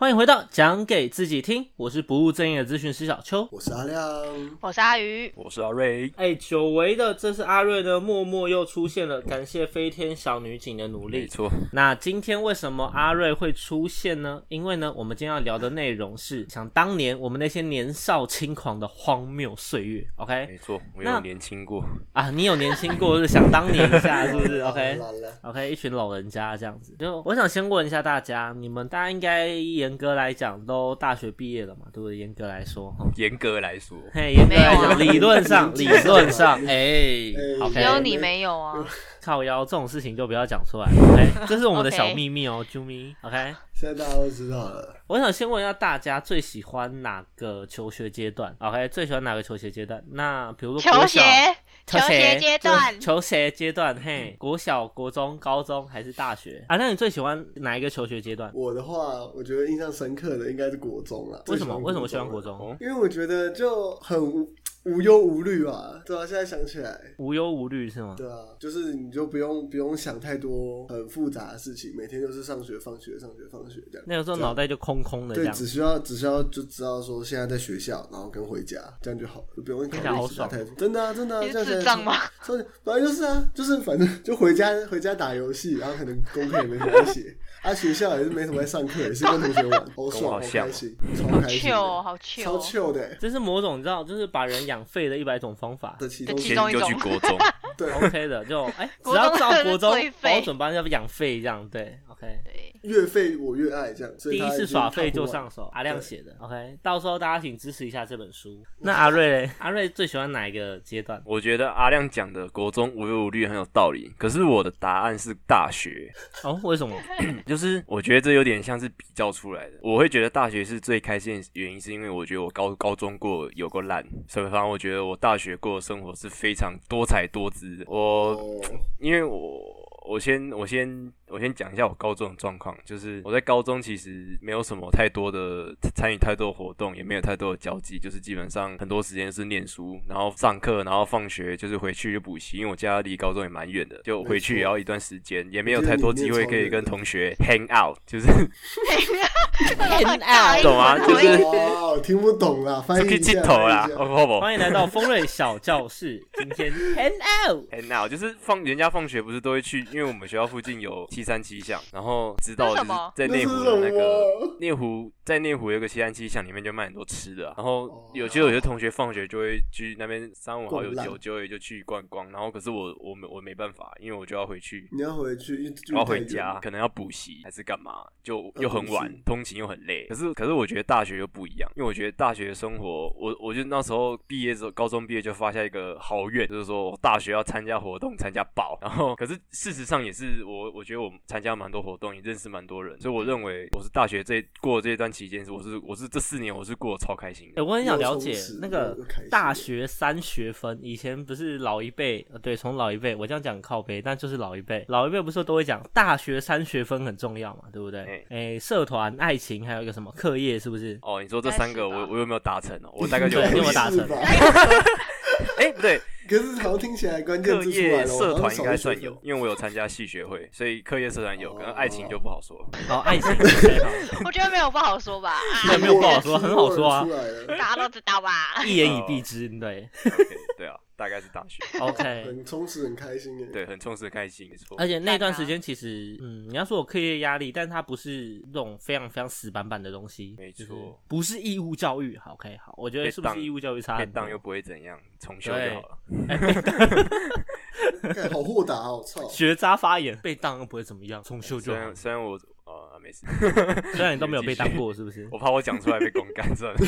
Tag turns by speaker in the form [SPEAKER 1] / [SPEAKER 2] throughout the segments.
[SPEAKER 1] 欢迎回到讲给自己听，我是不务正业的咨询师小邱。
[SPEAKER 2] 我是 阿亮，
[SPEAKER 3] 我是阿鱼，
[SPEAKER 4] 我是阿瑞，
[SPEAKER 1] 哎，久违的，这次阿瑞呢，默默又出现了，感谢飞天小女警的努
[SPEAKER 4] 没
[SPEAKER 1] 力。
[SPEAKER 4] 错，
[SPEAKER 1] 那今天为什么阿瑞会出现呢？因为呢，我们今天要聊的内容是想当年我们那些年少轻狂的荒谬岁月。OK
[SPEAKER 4] 没错，我
[SPEAKER 1] 那
[SPEAKER 4] 有年轻过，
[SPEAKER 1] 啊，你有年轻过，就是想当年一下，是不是 ？OK
[SPEAKER 2] 来了，
[SPEAKER 1] OK，一群老人家这样子。就我想先问一下大家，你们大家应该严格来讲都大学毕业了嘛，对不对？严格来说，哈。
[SPEAKER 4] 严格来说，
[SPEAKER 1] 嘿，严格来讲，
[SPEAKER 3] 没有啊
[SPEAKER 1] 理论上，理论 上，哎
[SPEAKER 2] 哎
[SPEAKER 1] ，OK，
[SPEAKER 3] 只有你没有啊。
[SPEAKER 1] 靠腰这种事情就不要讲出来，OK，这是 我们的
[SPEAKER 3] OK
[SPEAKER 1] 小秘密哦，啾咪，OK。
[SPEAKER 2] 现在大家都知道了。
[SPEAKER 1] 我想先问一下大家，最喜欢哪个求学阶段？OK，最喜欢哪个求学阶段？那比如说
[SPEAKER 3] 球
[SPEAKER 1] 国小
[SPEAKER 3] 鞋，球鞋阶段嗯
[SPEAKER 1] 就求学阶段，嘿，国小、国中、高中还是大学啊？那你最喜欢哪一个求学阶段？
[SPEAKER 2] 我的话，我觉得印象深刻的应该是国中啊了。
[SPEAKER 1] 为什么？为什么喜欢国
[SPEAKER 2] 中
[SPEAKER 1] 中？哦
[SPEAKER 2] 啊？因为我觉得就很无无忧无虑吧。对啊，现在想起来，
[SPEAKER 1] 无忧无虑是吗？
[SPEAKER 2] 对啊，就是你就不用不用想太多很复杂的事情，每天就是上学、放学、上学、放学这样。
[SPEAKER 1] 那个时候脑袋就空空的这
[SPEAKER 2] 对，
[SPEAKER 1] 样。
[SPEAKER 2] 只需要只需要就知道说现在在学校，然后跟回家，这样就好，就不用
[SPEAKER 1] 起来
[SPEAKER 2] 考
[SPEAKER 1] 好
[SPEAKER 2] 虑其他
[SPEAKER 1] 爽
[SPEAKER 2] 太多。真的啊，真的啊，
[SPEAKER 3] 你
[SPEAKER 2] 这
[SPEAKER 3] 是
[SPEAKER 2] 样
[SPEAKER 3] 智
[SPEAKER 2] 子
[SPEAKER 3] 障吗？？
[SPEAKER 2] 超级，本来就是啊，就是反正就回家回家打游戏，然后可能功课也没什么在写，啊，学校也是没什么在上课，也是跟同学玩，好
[SPEAKER 4] 跟我
[SPEAKER 2] 爽，好
[SPEAKER 4] 好像
[SPEAKER 2] 开心，超开心
[SPEAKER 3] 糗哦，
[SPEAKER 2] 的，
[SPEAKER 3] 好糗
[SPEAKER 2] 超
[SPEAKER 3] 哦，
[SPEAKER 2] 糗的，
[SPEAKER 1] 这是某种你知道，就是把人养废的一百种方法。
[SPEAKER 2] 这其
[SPEAKER 3] 的
[SPEAKER 2] 中
[SPEAKER 3] 其
[SPEAKER 4] 先
[SPEAKER 3] 中一
[SPEAKER 4] 就
[SPEAKER 3] 种
[SPEAKER 4] 去国中，
[SPEAKER 2] 对
[SPEAKER 1] OK 的，就哎、只
[SPEAKER 3] 国中
[SPEAKER 1] 要照
[SPEAKER 3] 真的
[SPEAKER 1] 国
[SPEAKER 3] 是
[SPEAKER 1] 中
[SPEAKER 3] 最废
[SPEAKER 1] 保准班要养废这样，对，OK。
[SPEAKER 3] 对，
[SPEAKER 2] 越废我越爱这样，所
[SPEAKER 1] 第
[SPEAKER 2] 以
[SPEAKER 1] 一
[SPEAKER 2] 他
[SPEAKER 1] 次
[SPEAKER 2] 已经
[SPEAKER 1] 耍废
[SPEAKER 2] top
[SPEAKER 1] 就
[SPEAKER 2] one
[SPEAKER 1] 上手，阿亮写的，OK。到时候大家请支持一下这本书。那阿瑞嘞？阿瑞最喜欢哪一个阶段？
[SPEAKER 4] 我觉得阿亮讲的国中无忧无虑很有道理，可是我的答案是大学，
[SPEAKER 1] 哦，为什 么？
[SPEAKER 4] 就是我觉得这有点像是比较出来的。我会觉得大学是最开心的原因，是因为我觉得我高高中过有过烂，所以反正我觉得我大学过的生活是非常多彩多姿的。我
[SPEAKER 2] 哦，
[SPEAKER 4] 因为我我先我先我先讲一下我高中的状况，就是我在高中其实没有什么太多的参与太多活动，也没有太多的交际，就是基本上很多时间是念书，然后上课，然后放学就是回去就补习，因为我家离高中也蛮远的，就回去也要一段时间，也没有太多机会可以跟同学 hang out，就是
[SPEAKER 3] 大一
[SPEAKER 4] 懂啊
[SPEAKER 3] 大
[SPEAKER 4] 就
[SPEAKER 3] 一
[SPEAKER 4] 是
[SPEAKER 2] 哇，我听不懂啦，翻
[SPEAKER 4] 可
[SPEAKER 2] 译
[SPEAKER 4] 以
[SPEAKER 2] 一下
[SPEAKER 4] 镜头啦，
[SPEAKER 2] 翻译一下
[SPEAKER 4] 好
[SPEAKER 1] 哦
[SPEAKER 4] 不好？
[SPEAKER 1] 欢迎来到丰瑞小教室。今天 N O，
[SPEAKER 4] 很闹，就是放人家放学不是都会去，因为我们学校附近有七三七巷，然后知
[SPEAKER 3] 那
[SPEAKER 4] 道就
[SPEAKER 3] 什
[SPEAKER 4] 是
[SPEAKER 3] 么
[SPEAKER 4] 在
[SPEAKER 2] 那
[SPEAKER 4] 内
[SPEAKER 2] 是
[SPEAKER 4] 湖
[SPEAKER 2] 什
[SPEAKER 4] 的那个
[SPEAKER 2] 么
[SPEAKER 4] 内湖，在内湖有个七三七巷里面就卖很多吃的啊、然后
[SPEAKER 2] 哦
[SPEAKER 4] 有就有些同学放学就会去那边三五好友
[SPEAKER 2] 逛烂
[SPEAKER 4] 有就会就去逛逛，然后可是我我没我没办法，因为我就要回去。
[SPEAKER 2] 你要回去，因为住
[SPEAKER 4] 我要回
[SPEAKER 2] 太远
[SPEAKER 4] 家，
[SPEAKER 2] 了，
[SPEAKER 4] 可能要补习还是干嘛，就
[SPEAKER 2] 要
[SPEAKER 4] 又很
[SPEAKER 2] 补习
[SPEAKER 4] 晚，通勤又很累。可是可是我觉得大学又不一样，因为我觉得大学的生活，我我就那时候毕业之后，高中毕业就发下一个好愿，就是说我大学要参加活动，参加爆。然后可是事实上也是我，我觉得我参加蛮多活动，也认识蛮多人，所以我认为我是大学这过这段期间，是我是我是这四年我是过得超开心
[SPEAKER 1] 哎、
[SPEAKER 4] 的。
[SPEAKER 1] 我很想了解
[SPEAKER 2] 又充实
[SPEAKER 1] 那个
[SPEAKER 2] 又开心
[SPEAKER 1] 大学三学分。以前不是老一辈，呃对，从老一辈，我这样讲靠背，但就是老一辈，老一辈不是都会讲大学三学分很重要嘛，对不对？哎
[SPEAKER 4] 哎、
[SPEAKER 1] 社团、爱情，还有一个什么课业，是不 是？
[SPEAKER 4] 哦，你说这
[SPEAKER 3] 应该
[SPEAKER 4] 三个
[SPEAKER 3] 是吧
[SPEAKER 4] 我我有没有达成哦？我大概就
[SPEAKER 1] 对你有没有
[SPEAKER 4] 哎
[SPEAKER 1] 达
[SPEAKER 2] 是
[SPEAKER 1] 成
[SPEAKER 2] 吧
[SPEAKER 4] 不对，
[SPEAKER 2] 可是好像听起来关键
[SPEAKER 4] 课
[SPEAKER 2] 字出来
[SPEAKER 4] 业
[SPEAKER 2] 了，
[SPEAKER 4] 社
[SPEAKER 2] 我好像
[SPEAKER 4] 团应
[SPEAKER 2] 少
[SPEAKER 4] 该
[SPEAKER 2] 了
[SPEAKER 4] 算
[SPEAKER 2] 学分
[SPEAKER 4] 有，因为我有参加系学会，所以课业社团有，可能爱情就不好说。
[SPEAKER 1] 哦，爱情 OK，好
[SPEAKER 3] 我觉得没有不好说吧，啊
[SPEAKER 1] 对没有不好说很好说啊
[SPEAKER 2] 出来了
[SPEAKER 3] 大家都知道吧？
[SPEAKER 1] 一言以蔽之， 对
[SPEAKER 4] OK，对啊，大概是大学，
[SPEAKER 1] ，OK。
[SPEAKER 2] 很充实，很开心耶。
[SPEAKER 4] 对，很充实的开心，没错
[SPEAKER 1] 而。且那段
[SPEAKER 3] 赞啊
[SPEAKER 1] 时间其实，嗯，你要说我课业压力，但它不是那种非常非常死板板的东西，
[SPEAKER 4] 没
[SPEAKER 1] 就是
[SPEAKER 4] 错
[SPEAKER 1] 不是义务教育。好，OK，好，我觉得
[SPEAKER 4] 被
[SPEAKER 1] 是不是
[SPEAKER 4] 当
[SPEAKER 1] 义务教育差
[SPEAKER 4] 被
[SPEAKER 1] 很多
[SPEAKER 4] 当又不会怎样，重修就好了。
[SPEAKER 2] 干好豁达哦，操！
[SPEAKER 1] 学渣发言，被当又不会怎么样，重修就
[SPEAKER 4] 虽
[SPEAKER 1] 好
[SPEAKER 4] 然。虽然我 呃没事，
[SPEAKER 1] 虽然你都没有被当过，是不是？
[SPEAKER 4] 我怕我讲出来被公干，算了。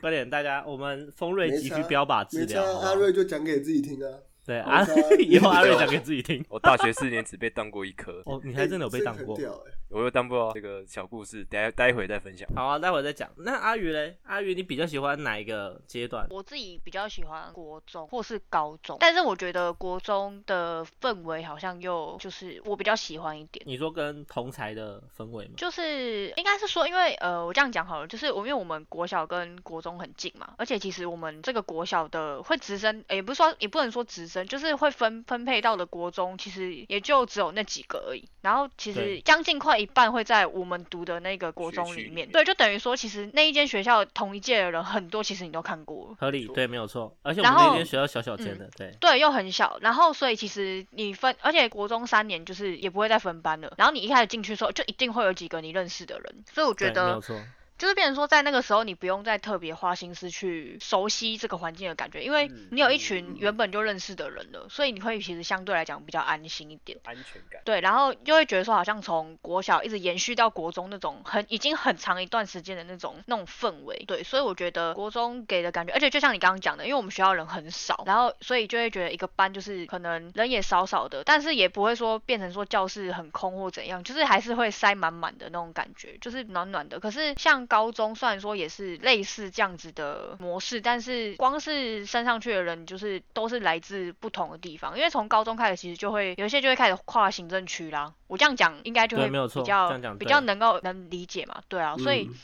[SPEAKER 1] 快点，大家，我们丰瑞
[SPEAKER 2] 没
[SPEAKER 1] 急
[SPEAKER 2] 差
[SPEAKER 1] 需标靶治
[SPEAKER 2] 没差
[SPEAKER 1] 疗。好不好
[SPEAKER 2] 阿瑞就讲给自己听啊。
[SPEAKER 1] 对
[SPEAKER 2] 没
[SPEAKER 1] 阿
[SPEAKER 2] 差，
[SPEAKER 1] 以后阿瑞讲给自己听。
[SPEAKER 4] 我大学四年只被当过一科，
[SPEAKER 1] 哦，你还真的有被当
[SPEAKER 2] 欸
[SPEAKER 1] 过
[SPEAKER 2] 这个很屌欸
[SPEAKER 4] 我又当不了这个小故事，待待会再分享。
[SPEAKER 1] 好啊，待会儿再讲。那阿鱼嘞？阿鱼，你比较喜欢哪一个阶段？
[SPEAKER 3] 我自己比较喜欢国中或是高中，但是我觉得国中的氛围好像又就是我比较喜欢一点。
[SPEAKER 1] 你说跟同才的氛围吗？
[SPEAKER 3] 就是应该是说，因为呃，我这样讲好了，就是我因为我们国小跟国中很近嘛，而且其实我们这个国小的会直升，呃也不是说也不能说直升，就是会分分配到的国中，其实也就只有那几个而已。然后其
[SPEAKER 1] 对
[SPEAKER 3] 实将近快一半会在我们读的那个国
[SPEAKER 4] 学
[SPEAKER 3] 中
[SPEAKER 4] 区
[SPEAKER 3] 里
[SPEAKER 4] 里
[SPEAKER 3] 面，
[SPEAKER 4] 面
[SPEAKER 3] 对，就等于说其实那一间学校同一届的人很多，其实你都看过了。
[SPEAKER 1] 合理，
[SPEAKER 4] 错
[SPEAKER 1] 对，没有错。而且我们
[SPEAKER 3] 然后嗯
[SPEAKER 1] 那间学校小小间的，对，
[SPEAKER 3] 对，又很小，然后所以其实你分，而且国中三年就是也不会再分班了。然后你一开始进去的时候，就一定会有几个你认识的人，所以我觉
[SPEAKER 1] 对，没
[SPEAKER 3] 得
[SPEAKER 1] 有错。
[SPEAKER 3] 就是变成说，在那个时候你不用再特别花心思去熟悉这个环境的感觉，因为你有一群原本就认识的人了，所以你会其实相对来讲比较安心一点。
[SPEAKER 4] 安全感，
[SPEAKER 3] 对，然后就会觉得说，好像从国小一直延续到国中那种很已经很长一段时间的那种那种氛围，对，所以我觉得国中给的感觉，而且就像你刚刚讲的，因为我们学校人很少，然后所以就会觉得一个班就是可能人也少少的，但是也不会说变成说教室很空或怎样，就是还是会塞满满的那种感觉，就是暖暖的。可是像高中虽然说也是类似这样子的模式，但是光是升上去的人就是都是来自不同的地方，因为从高中开始其实就会有一些就会开始跨行政区啦。我这样讲应该就
[SPEAKER 1] 对
[SPEAKER 3] 会
[SPEAKER 1] 没有错
[SPEAKER 3] 比较
[SPEAKER 1] 这样讲
[SPEAKER 3] 比
[SPEAKER 1] 对
[SPEAKER 3] 较能够能理解嘛，对啊，所以。
[SPEAKER 2] 嗯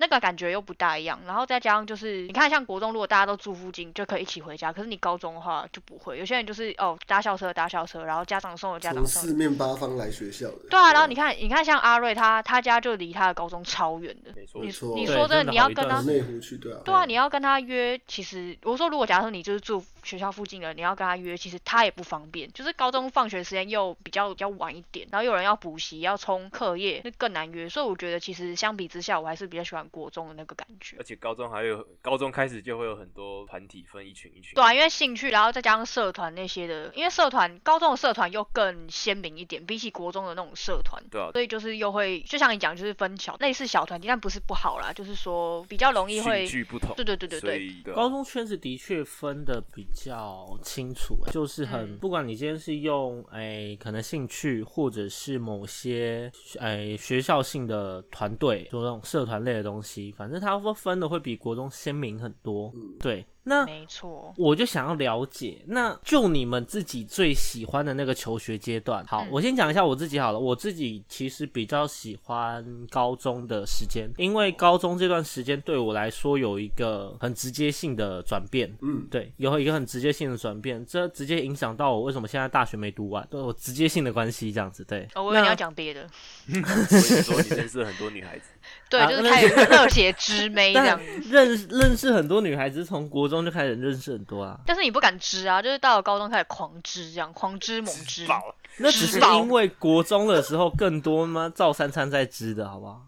[SPEAKER 3] 那个感觉又不大一样，然后再加上就是，你看像国中，如果大家都住附近，就可以一起回家。可是你高中的话就不会，有些人就是哦搭校车搭校车，然后家长送了家
[SPEAKER 2] 从
[SPEAKER 3] 长送
[SPEAKER 2] 四
[SPEAKER 3] 了。
[SPEAKER 2] 面八方来学校的。
[SPEAKER 3] 对啊，然后你看你看像阿瑞他他家就离他的高中超远的，
[SPEAKER 4] 没错
[SPEAKER 3] 你
[SPEAKER 2] 没。错
[SPEAKER 3] 你
[SPEAKER 1] 对
[SPEAKER 3] 说
[SPEAKER 1] 真
[SPEAKER 3] 真
[SPEAKER 1] 的
[SPEAKER 3] 的你
[SPEAKER 1] 好
[SPEAKER 3] 要
[SPEAKER 1] 一
[SPEAKER 3] 跟
[SPEAKER 1] 段
[SPEAKER 3] 他
[SPEAKER 2] 往内湖去，对啊，
[SPEAKER 3] 对啊，你要跟他约，其实我说，如果假设你就是住学校附近的，你要跟他约，其实他也不方便，就是高中放学时间又比较比较晚一点，然后有人要补习，要冲课业，那更难约。所以我觉得其实相比之下，我还是比较喜欢国中的那个感觉
[SPEAKER 4] 而。且高中还有高中开始就会有很多团体分一群一群，
[SPEAKER 3] 对啊，因为兴趣，然后再加上社团那些的，因为社团高中的社团又更鲜明一点，比起国中的那种社团，
[SPEAKER 4] 对啊
[SPEAKER 3] 所以就是又会，就像你讲，就是分小类似小团体，但不是不好啦，就是说比较容易
[SPEAKER 4] 兴
[SPEAKER 3] 会，
[SPEAKER 4] 趣不同，
[SPEAKER 3] 对对对对
[SPEAKER 4] 所
[SPEAKER 3] 对，
[SPEAKER 4] 以对啊
[SPEAKER 1] 高中圈子的确分的比较清楚、欸就是很、
[SPEAKER 3] 嗯
[SPEAKER 1] 不管你今天是用哎、可能兴趣，或者是某些哎、学校性的团队，就那种社团类的东西，反正它会分的会比国中鲜明很多。
[SPEAKER 4] 嗯
[SPEAKER 1] 对，那
[SPEAKER 3] 没错。
[SPEAKER 1] 我就想要了解，那就你们自己最喜欢的那个求学阶段。好，
[SPEAKER 3] 嗯
[SPEAKER 1] 我先讲一下我自己好了。我自己其实比较喜欢高中的时间，因为高中这段时间对我来说有一个很直接性的转变。
[SPEAKER 2] 嗯，
[SPEAKER 1] 对，有一个很直接性的转变，这直接影响到我为什么现在大学没读完，对我直接性的关系这样子。对，
[SPEAKER 3] 哦，我以为你
[SPEAKER 1] 那
[SPEAKER 3] 要讲别的，
[SPEAKER 4] 所以说你认识很多女孩子，
[SPEAKER 3] 对，
[SPEAKER 1] 啊
[SPEAKER 3] 就是
[SPEAKER 1] 那
[SPEAKER 3] 开始热血知妹这样
[SPEAKER 1] 但。认识认识很多女孩子，从国中就开始认识很多啊。
[SPEAKER 3] 但是你不敢知啊，就是到了高中开始狂知这样，狂知猛知。
[SPEAKER 4] 爆
[SPEAKER 1] 那只是
[SPEAKER 3] 知道
[SPEAKER 1] 因为国中的时候更多吗？照三餐在织的好不好？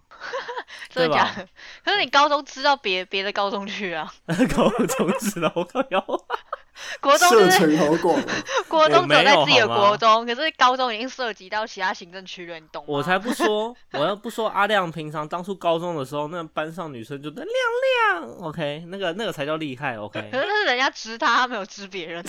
[SPEAKER 3] 真
[SPEAKER 1] 对
[SPEAKER 3] 的
[SPEAKER 1] 吧
[SPEAKER 3] 假的？ 可是你高中知到别别的高中去啊，
[SPEAKER 1] 高中知道我靠腰，
[SPEAKER 3] 国中就
[SPEAKER 2] 社
[SPEAKER 3] 是
[SPEAKER 2] 群好广啊，
[SPEAKER 3] 国中只有在自己
[SPEAKER 1] 我
[SPEAKER 3] 的
[SPEAKER 1] 没有好吗
[SPEAKER 3] 国中，可是高中已经涉及到其他行政区了，你懂吗？
[SPEAKER 1] 我才不说，我要不说阿亮平常当初高中的时候，那班上女生就在亮亮，OK，那个那个才叫厉害，OK，
[SPEAKER 3] 可是那是人家指他，他没有指别人。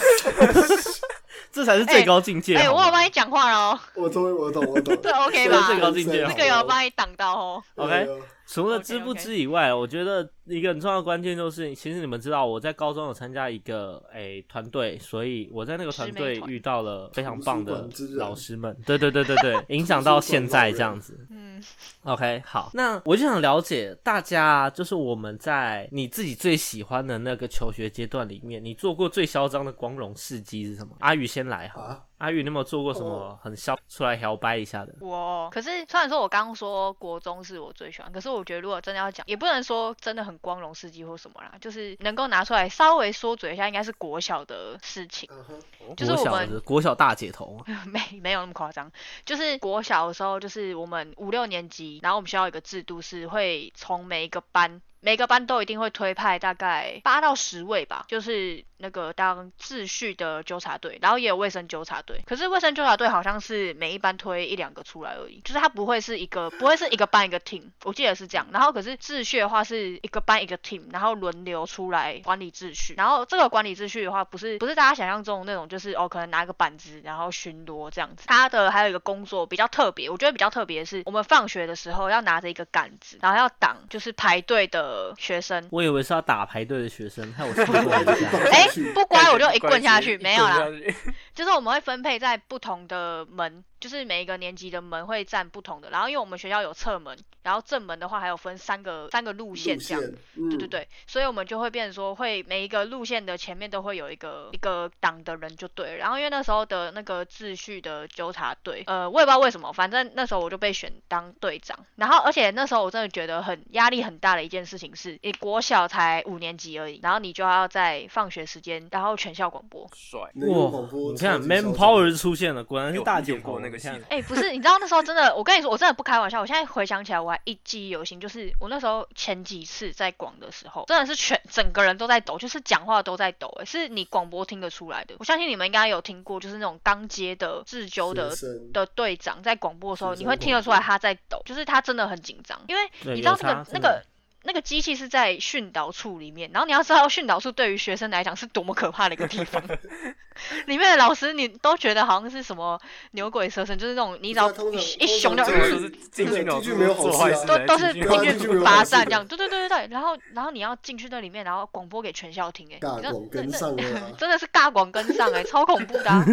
[SPEAKER 1] 这才是最高境界。
[SPEAKER 3] 哎、
[SPEAKER 1] 好吗
[SPEAKER 3] 我有帮你讲话了哦，
[SPEAKER 2] 我终于我懂我 懂，
[SPEAKER 3] 这 OK
[SPEAKER 1] 这最
[SPEAKER 3] 吧？
[SPEAKER 1] 高境界好
[SPEAKER 3] 这个有帮你挡到哦。
[SPEAKER 1] OK
[SPEAKER 2] 有有
[SPEAKER 1] 除了
[SPEAKER 3] OK，OK
[SPEAKER 1] 知不知以外，我觉得一个很重要的关键就是，其实你们知道我在高中有参加一个诶团队，所以我在那个团
[SPEAKER 3] 师妹
[SPEAKER 1] 队
[SPEAKER 3] 团
[SPEAKER 1] 遇到了非常棒
[SPEAKER 2] 图书
[SPEAKER 1] 的
[SPEAKER 2] 馆之人
[SPEAKER 1] 老师们，对对对对对，影响到现在这样子。
[SPEAKER 3] 嗯，
[SPEAKER 1] OK，好，那我就想了解大家，啊就是我们在你自己最喜欢的那个求学阶段里面，你做过最嚣张的光荣事迹是什么？阿宇先来哈，
[SPEAKER 2] 啊，
[SPEAKER 1] 阿宇，你有没有做过什么
[SPEAKER 2] 哦
[SPEAKER 1] 很嚣出来摇摆一下的？
[SPEAKER 3] 我可是虽然说我刚刚说国中是我最喜欢，可是我觉得如果真的要讲，也不能说真的很光荣事迹或什么啦，就是能够拿出来稍微说嘴一下，应该是国小的事情。
[SPEAKER 2] 嗯哼
[SPEAKER 3] 就是
[SPEAKER 1] 国
[SPEAKER 3] 我
[SPEAKER 1] 小
[SPEAKER 3] 们
[SPEAKER 1] 的国小大姐头，啊
[SPEAKER 3] 没没有那么夸张，就是国小的时候，就是我们五六年级，然后我们学校有一个制度是会从每一个班每个班都一定会推派大概八到十位吧，就是那个当秩序的纠察队，然后也有卫生纠察队。可是卫生纠察队好像是每一班推一两个出来而已，就是它不会是一个不会是一个班一个 team，我记得是这样。然后可是秩序的话是一个班一个 team，然后轮流出来管理秩序。然后这个管理秩序的话，不是不是大家想象中的那种，就是哦可能拿一个板子然后巡逻这样子。它的还有一个工作比较特别，我觉得比较特别的是我们放学的时候要拿着一个杆子，然后要挡就是排队的学 生。
[SPEAKER 1] 我以为是要打排队的学生，害我错过一下。
[SPEAKER 3] 哎、不乖我就一棍下
[SPEAKER 4] 直
[SPEAKER 3] 去，
[SPEAKER 4] 接
[SPEAKER 3] 没
[SPEAKER 4] 一
[SPEAKER 3] 有
[SPEAKER 4] 棍
[SPEAKER 3] 啦
[SPEAKER 4] 下，去
[SPEAKER 3] 就是我们会分配在不同的门，就是每一个年级的门会站不同的。然后因为我们学校有侧门，然后正门的话还有分三个三个路线
[SPEAKER 2] 路
[SPEAKER 3] 这样。
[SPEAKER 2] 线，嗯，
[SPEAKER 3] 对对对，所以我们就会变成说，会每一个路线的前面都会有一个一个党的人就对了。然后因为那时候的那个秩序的纠察队，呃，我也不知道为什么，反正那时候我就被选当队长。然后而且那时候我真的觉得很压力很大的一件事情是，你国小才五年级而已，然后你就要在放学时间，然后全校广播。
[SPEAKER 4] 帅。
[SPEAKER 2] 能用嗯广播
[SPEAKER 1] 你看
[SPEAKER 2] 超级
[SPEAKER 1] ，man
[SPEAKER 2] 嚣张
[SPEAKER 1] power 就出现了，果然是大姐
[SPEAKER 4] 有
[SPEAKER 1] 头。啊
[SPEAKER 4] 过那个
[SPEAKER 1] 你看
[SPEAKER 4] 戏
[SPEAKER 3] 哎、不是，你知道那时候真的，我跟你说，我真的不开玩笑。我现在回想起来，我还一记忆犹新，就是我那时候前几次在广的时候，真的是全整个人都在抖，就是讲话都在抖、哎，是你广播听得出来的。我相信你们应该有听过，就是那种刚接的自纠的
[SPEAKER 2] 学生
[SPEAKER 3] 的队长在广播的时候，
[SPEAKER 2] 是
[SPEAKER 3] 你会
[SPEAKER 2] 在
[SPEAKER 3] 听得
[SPEAKER 2] 广
[SPEAKER 3] 出来
[SPEAKER 2] 播
[SPEAKER 3] 他在抖，就是他真的很紧张，因为
[SPEAKER 1] 对
[SPEAKER 3] 你知道
[SPEAKER 1] 有差
[SPEAKER 3] 那个那
[SPEAKER 1] 真的
[SPEAKER 3] 个。那个机器是在训导处里面，然后你要知道训导处对于学生来讲是多么可怕的一个地 方。里面的老师你都觉得好像是什么牛鬼蛇神，就是那种你只要
[SPEAKER 2] 不是啊通常
[SPEAKER 3] 一一
[SPEAKER 2] 通
[SPEAKER 3] 熊就呃
[SPEAKER 2] 常
[SPEAKER 4] 这
[SPEAKER 2] 对
[SPEAKER 4] 个
[SPEAKER 2] 是
[SPEAKER 4] 就是进
[SPEAKER 2] 对
[SPEAKER 4] 军
[SPEAKER 2] 进
[SPEAKER 4] 老
[SPEAKER 2] 去
[SPEAKER 4] 师
[SPEAKER 2] 没有好
[SPEAKER 4] 做
[SPEAKER 2] 事
[SPEAKER 4] 坏
[SPEAKER 2] 啊
[SPEAKER 4] 事
[SPEAKER 3] 都
[SPEAKER 4] 来
[SPEAKER 3] 都
[SPEAKER 4] 进
[SPEAKER 3] 是
[SPEAKER 4] 军
[SPEAKER 3] 进
[SPEAKER 4] 老
[SPEAKER 2] 进
[SPEAKER 4] 师
[SPEAKER 2] 去
[SPEAKER 3] 去
[SPEAKER 2] 没有
[SPEAKER 3] 罚
[SPEAKER 2] 好事
[SPEAKER 3] 站这
[SPEAKER 2] 的
[SPEAKER 3] 样，对对对对对，然后然后你要进去那里面，然后广播给全校听、欸，
[SPEAKER 2] 尬
[SPEAKER 3] 你知道
[SPEAKER 2] 广
[SPEAKER 3] 那
[SPEAKER 2] 跟
[SPEAKER 3] 那
[SPEAKER 2] 上了啊
[SPEAKER 3] 真的是尬广跟上哎、超恐怖的啊、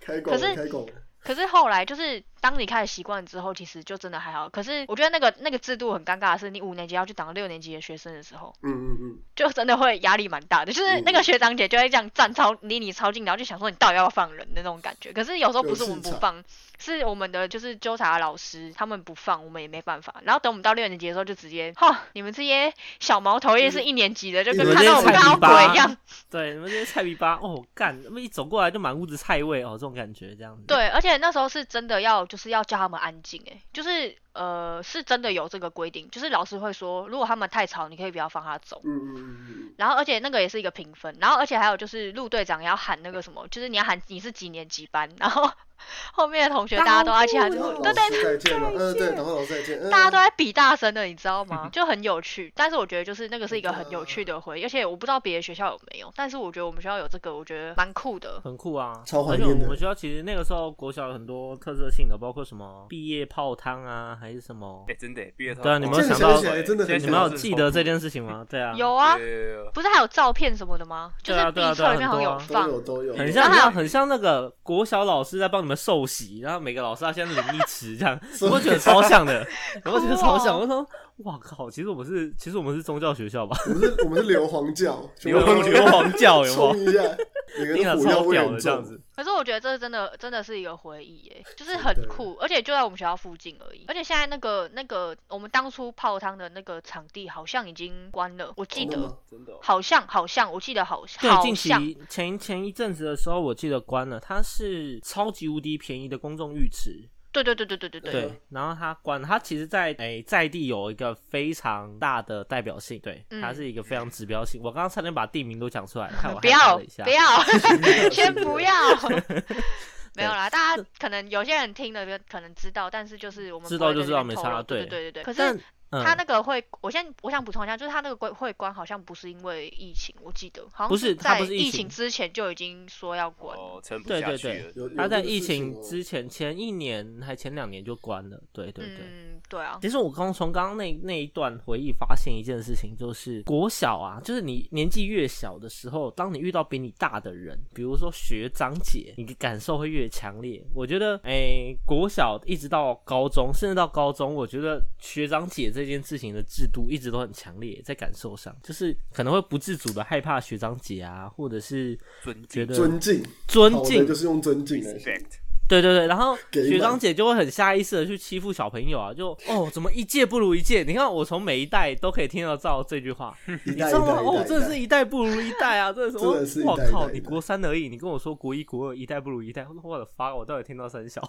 [SPEAKER 2] 开广
[SPEAKER 3] 可是
[SPEAKER 2] 开广，
[SPEAKER 3] 可是后来就是当你开始习惯之后，其实就真的还好。可是我觉得那个那个制度很尴尬的是，你五年级要去挡六年级的学生的时候，
[SPEAKER 2] 嗯嗯嗯，
[SPEAKER 3] 就真的会压力蛮大的。就是那个
[SPEAKER 2] 嗯
[SPEAKER 3] 学长姐就会这样站超离你超近，然后就想说你到底要不要放人的那种感觉。可是有时候
[SPEAKER 2] 有
[SPEAKER 3] 不是我们
[SPEAKER 2] 市
[SPEAKER 3] 不
[SPEAKER 2] 场
[SPEAKER 3] 放，是我们的就是纠察老师他们不放，我们也没办法。然后等我们到六年级的时候，就直接哈，你们这些小毛头也是一年级的，就
[SPEAKER 2] 嗯你
[SPEAKER 3] 跟
[SPEAKER 2] 们
[SPEAKER 3] 看
[SPEAKER 2] 这
[SPEAKER 3] 到
[SPEAKER 2] 些
[SPEAKER 3] 我们
[SPEAKER 2] 菜
[SPEAKER 3] 看到
[SPEAKER 1] 逼吧
[SPEAKER 3] 鬼一样。
[SPEAKER 1] 对，你们这些菜逼吧，哦，干，他们一走过来就满屋子菜味哦，这种感觉这样子。，
[SPEAKER 3] 对，而且那时候是真的要，就是要叫他们安静，哎，就是呃，是真的有这个规定，就是老师会说，如果他们太吵，你可以不要放他走。
[SPEAKER 2] 嗯嗯嗯
[SPEAKER 3] 然后，而且那个也是一个评分，然后而且还有就是陆队长也要喊那个什么，就是你要喊你是几年几班，然后 后面的同学大家都要一起喊
[SPEAKER 2] 嗯，然
[SPEAKER 3] 说，
[SPEAKER 2] 后
[SPEAKER 3] 对
[SPEAKER 2] 老
[SPEAKER 3] 对
[SPEAKER 2] 师再见了，嗯对，然后老师再见，嗯
[SPEAKER 3] 大家都在比大声的，你知道吗？就很有趣，但是我觉得就是那个是一个很有趣的回忆，而且我不知道别的学校有没有，但是我觉得我们学校有这个，我觉得蛮酷的。
[SPEAKER 1] 很酷啊！
[SPEAKER 2] 超怀
[SPEAKER 1] 而且
[SPEAKER 2] 念的
[SPEAKER 1] 我们学校其实那个时候国小有很多特色性的，包括什么毕业泡汤啊，还是什么
[SPEAKER 4] 哎，。真的毕业套
[SPEAKER 1] 对啊你们有
[SPEAKER 4] 真的
[SPEAKER 1] 想到
[SPEAKER 4] 起来真的很
[SPEAKER 1] 你
[SPEAKER 2] 对
[SPEAKER 1] 们
[SPEAKER 4] 想
[SPEAKER 1] 有
[SPEAKER 4] 到
[SPEAKER 1] 记得这件事情吗？对啊，
[SPEAKER 3] 有啊
[SPEAKER 4] 有，有有有
[SPEAKER 3] 不是还有照片什么的吗？
[SPEAKER 1] 对
[SPEAKER 3] 就是
[SPEAKER 1] 啊对啊
[SPEAKER 3] 壁
[SPEAKER 1] 对啊
[SPEAKER 3] 册里面好像
[SPEAKER 1] 很多
[SPEAKER 3] 有
[SPEAKER 1] 啊
[SPEAKER 2] 都
[SPEAKER 3] 放。
[SPEAKER 2] 有都有，
[SPEAKER 1] 很
[SPEAKER 3] 然
[SPEAKER 1] 像
[SPEAKER 3] 后还有啊
[SPEAKER 1] 很像那个国小老师在帮你们受洗，然后每个老师他先淋一池这 样，
[SPEAKER 2] 什
[SPEAKER 1] 我
[SPEAKER 2] 么
[SPEAKER 1] 会觉得超像的，我会觉得超 像。
[SPEAKER 3] 酷哦
[SPEAKER 1] 我说，哇靠，其实我们是其实我们是宗教学校吧，
[SPEAKER 2] 我们是我们是硫磺教，
[SPEAKER 4] 硫 磺
[SPEAKER 1] 硫磺教有
[SPEAKER 2] 冲
[SPEAKER 1] 没
[SPEAKER 2] 一下， 每
[SPEAKER 1] 有？
[SPEAKER 2] 个人
[SPEAKER 1] 听着
[SPEAKER 2] 都火药
[SPEAKER 1] 超
[SPEAKER 2] 味
[SPEAKER 1] 屌
[SPEAKER 2] 很
[SPEAKER 1] 的这样
[SPEAKER 2] 重，
[SPEAKER 1] 子，
[SPEAKER 3] 可是我觉得这真的真的是一个回忆耶，就是
[SPEAKER 2] 真
[SPEAKER 3] 很
[SPEAKER 2] 的
[SPEAKER 3] 酷，而且就在我们学校附近而已。而且现在那个那个我们当初泡汤的那个场地好像已经关了，我记
[SPEAKER 2] 真的
[SPEAKER 3] 得
[SPEAKER 2] 吗
[SPEAKER 4] 真的哦
[SPEAKER 3] 好像好像我记得好
[SPEAKER 1] 对，
[SPEAKER 3] 好
[SPEAKER 1] 近
[SPEAKER 3] 像
[SPEAKER 1] 期前前一阵子的时候，我记得关了，它是超级无敌便宜的公众浴池，
[SPEAKER 3] 对对对对对对对。
[SPEAKER 1] 对，然后它关了，它其实在诶、在地有一个非常大的代表性，对，
[SPEAKER 3] 嗯
[SPEAKER 1] 它是一个非常指标性。我刚刚差点把地名都讲出 来，害我
[SPEAKER 3] 不
[SPEAKER 1] 害怕
[SPEAKER 3] 要
[SPEAKER 1] 了一下
[SPEAKER 3] 不。要， 先不要。 没有
[SPEAKER 1] 对
[SPEAKER 3] 啦， 大家可能有些人听了就可能知道，但是就是我们
[SPEAKER 1] 知
[SPEAKER 3] 不会
[SPEAKER 1] 道就
[SPEAKER 3] 在
[SPEAKER 1] 知
[SPEAKER 3] 这
[SPEAKER 1] 道
[SPEAKER 3] 边
[SPEAKER 1] 没
[SPEAKER 3] 透
[SPEAKER 1] 差
[SPEAKER 3] 露对
[SPEAKER 1] 对
[SPEAKER 3] 对对对。可
[SPEAKER 1] 但
[SPEAKER 3] 是
[SPEAKER 1] 嗯
[SPEAKER 3] 他那个会，我先我想补充一下，就是他那个关会关好像不是因为疫情，我记得好像
[SPEAKER 1] 不是它
[SPEAKER 3] 在
[SPEAKER 1] 不是疫
[SPEAKER 3] 疫
[SPEAKER 1] 情
[SPEAKER 3] 之前就已经说要关了。
[SPEAKER 4] 哦，撑不
[SPEAKER 1] 对
[SPEAKER 4] 下
[SPEAKER 1] 对
[SPEAKER 4] 去
[SPEAKER 1] 对
[SPEAKER 4] 了。
[SPEAKER 2] 有
[SPEAKER 1] 他
[SPEAKER 2] 有
[SPEAKER 1] 在
[SPEAKER 2] 这个
[SPEAKER 1] 疫
[SPEAKER 2] 事
[SPEAKER 1] 情
[SPEAKER 2] 哦
[SPEAKER 1] 之前前一年还前两年就关了，对对对。
[SPEAKER 3] 嗯，对啊，
[SPEAKER 1] 其实我刚从刚刚那那一段回忆发现一件事情，就是国小啊，就是你年纪越小的时候，当你遇到比你大的人，比如说学长姐，你的感受会越强烈。我觉得，诶、国小一直到高中，甚至到高中，我觉得学长姐这件事情的制度一直都很强烈，在感受上，就是可能会不自主的害怕学长姐啊，或者是
[SPEAKER 4] 尊
[SPEAKER 1] 觉
[SPEAKER 4] 敬
[SPEAKER 1] 得
[SPEAKER 2] 尊敬，
[SPEAKER 1] 尊
[SPEAKER 2] 好的
[SPEAKER 1] 敬
[SPEAKER 2] 就，是用 尊敬欸来形容
[SPEAKER 4] respect，
[SPEAKER 1] 对对对，然后
[SPEAKER 2] 给
[SPEAKER 1] 学
[SPEAKER 2] 满
[SPEAKER 1] 长姐就会很下意识的去欺负小朋友啊， 就哦，怎么一届不如一届？你看我从每一代都可以听得到这句话，
[SPEAKER 2] 一
[SPEAKER 1] 你
[SPEAKER 2] 代
[SPEAKER 1] 知
[SPEAKER 2] 一
[SPEAKER 1] 道
[SPEAKER 2] 代
[SPEAKER 1] 吗？
[SPEAKER 2] 一
[SPEAKER 1] 哦
[SPEAKER 2] 代，
[SPEAKER 1] 真的是
[SPEAKER 2] 一
[SPEAKER 1] 一代不如一代啊，真的是，
[SPEAKER 2] 真的是一
[SPEAKER 1] 我
[SPEAKER 2] 代一代
[SPEAKER 1] 靠，
[SPEAKER 2] 一
[SPEAKER 1] 你
[SPEAKER 2] 代
[SPEAKER 1] 国三而已，你跟我说国一国二一代不如一代，我的发，我到底听到三小？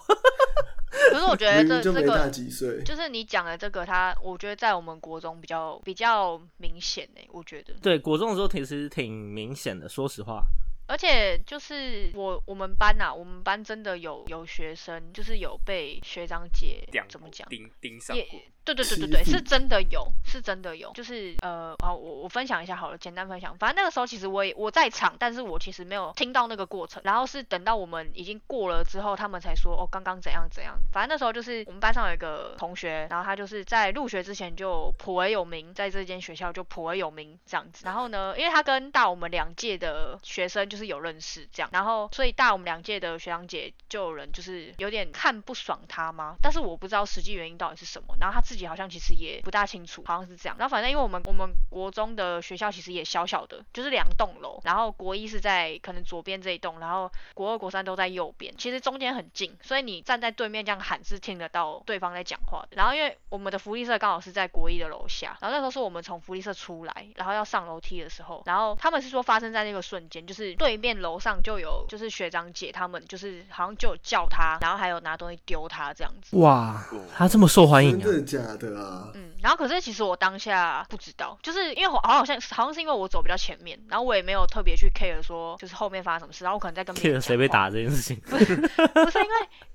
[SPEAKER 3] 可是我觉得
[SPEAKER 2] 明
[SPEAKER 3] 这
[SPEAKER 2] 明就
[SPEAKER 3] 这
[SPEAKER 2] 没大
[SPEAKER 3] 个
[SPEAKER 2] 几岁，
[SPEAKER 3] 就是你讲的这个，它我觉得在我们国中比较比较明显诶、我觉得。
[SPEAKER 1] 对，国中的时候其实挺明显的，说实话，
[SPEAKER 3] 而且就是我我们班呐、我们班真的有有学生就是有被学长姐
[SPEAKER 4] 两
[SPEAKER 3] 怎么讲？
[SPEAKER 4] 盯盯上
[SPEAKER 3] 也
[SPEAKER 4] 过，
[SPEAKER 3] 对对对对
[SPEAKER 2] 欺
[SPEAKER 3] 对，
[SPEAKER 2] 负
[SPEAKER 3] 是真的有，是真的有，就是呃，好，我我分享一下好了，简单分享。反正那个时候其实我也我在场，但是我其实没有听到那个过程，然后是等到我们已经过了之后，他们才说哦，刚刚怎样怎样。反正那时候就是我们班上有一个同学，然后他就是在入学之前就颇为有名，在这间学校就颇为有名这样子。然后呢，因为他跟大我们两届的学生就是有认识这样，然后所以大我们两届的学长姐就有人就是有点看不爽他吗？但是我不知道实际原因到底是什么。然后他自己好像其实也不大清楚，好像是这样。然后反正因为我们我们国中的学校其实也小小的，就是两栋楼，然后国一是在可能左边这一栋，然后国二、国三都在右边，其实中间很近，所以你站在对面这样喊是听得到对方在讲话的。然后因为我们的福利社刚好是在国一的楼下，然后那时候是我们从福利社出来，然后要上楼梯的时候，然后他们是说发生在那个瞬间，就是对面楼上就有就是学长姐他们就是好像就有叫他，然后还有拿东西丢他这样子。
[SPEAKER 1] 哇，他这么受欢迎
[SPEAKER 2] 真
[SPEAKER 1] 啊！
[SPEAKER 2] 的假的啊？
[SPEAKER 3] 嗯，然后可是其实我当下不知道，就是因为我好像好像是因为我走比较前面，然后我也没有特别去 care 说就是后面发生什么事，然后我可能在跟别
[SPEAKER 1] care
[SPEAKER 3] 人
[SPEAKER 1] 谁被
[SPEAKER 3] 讲话
[SPEAKER 1] 打这件事情，
[SPEAKER 3] 不是因为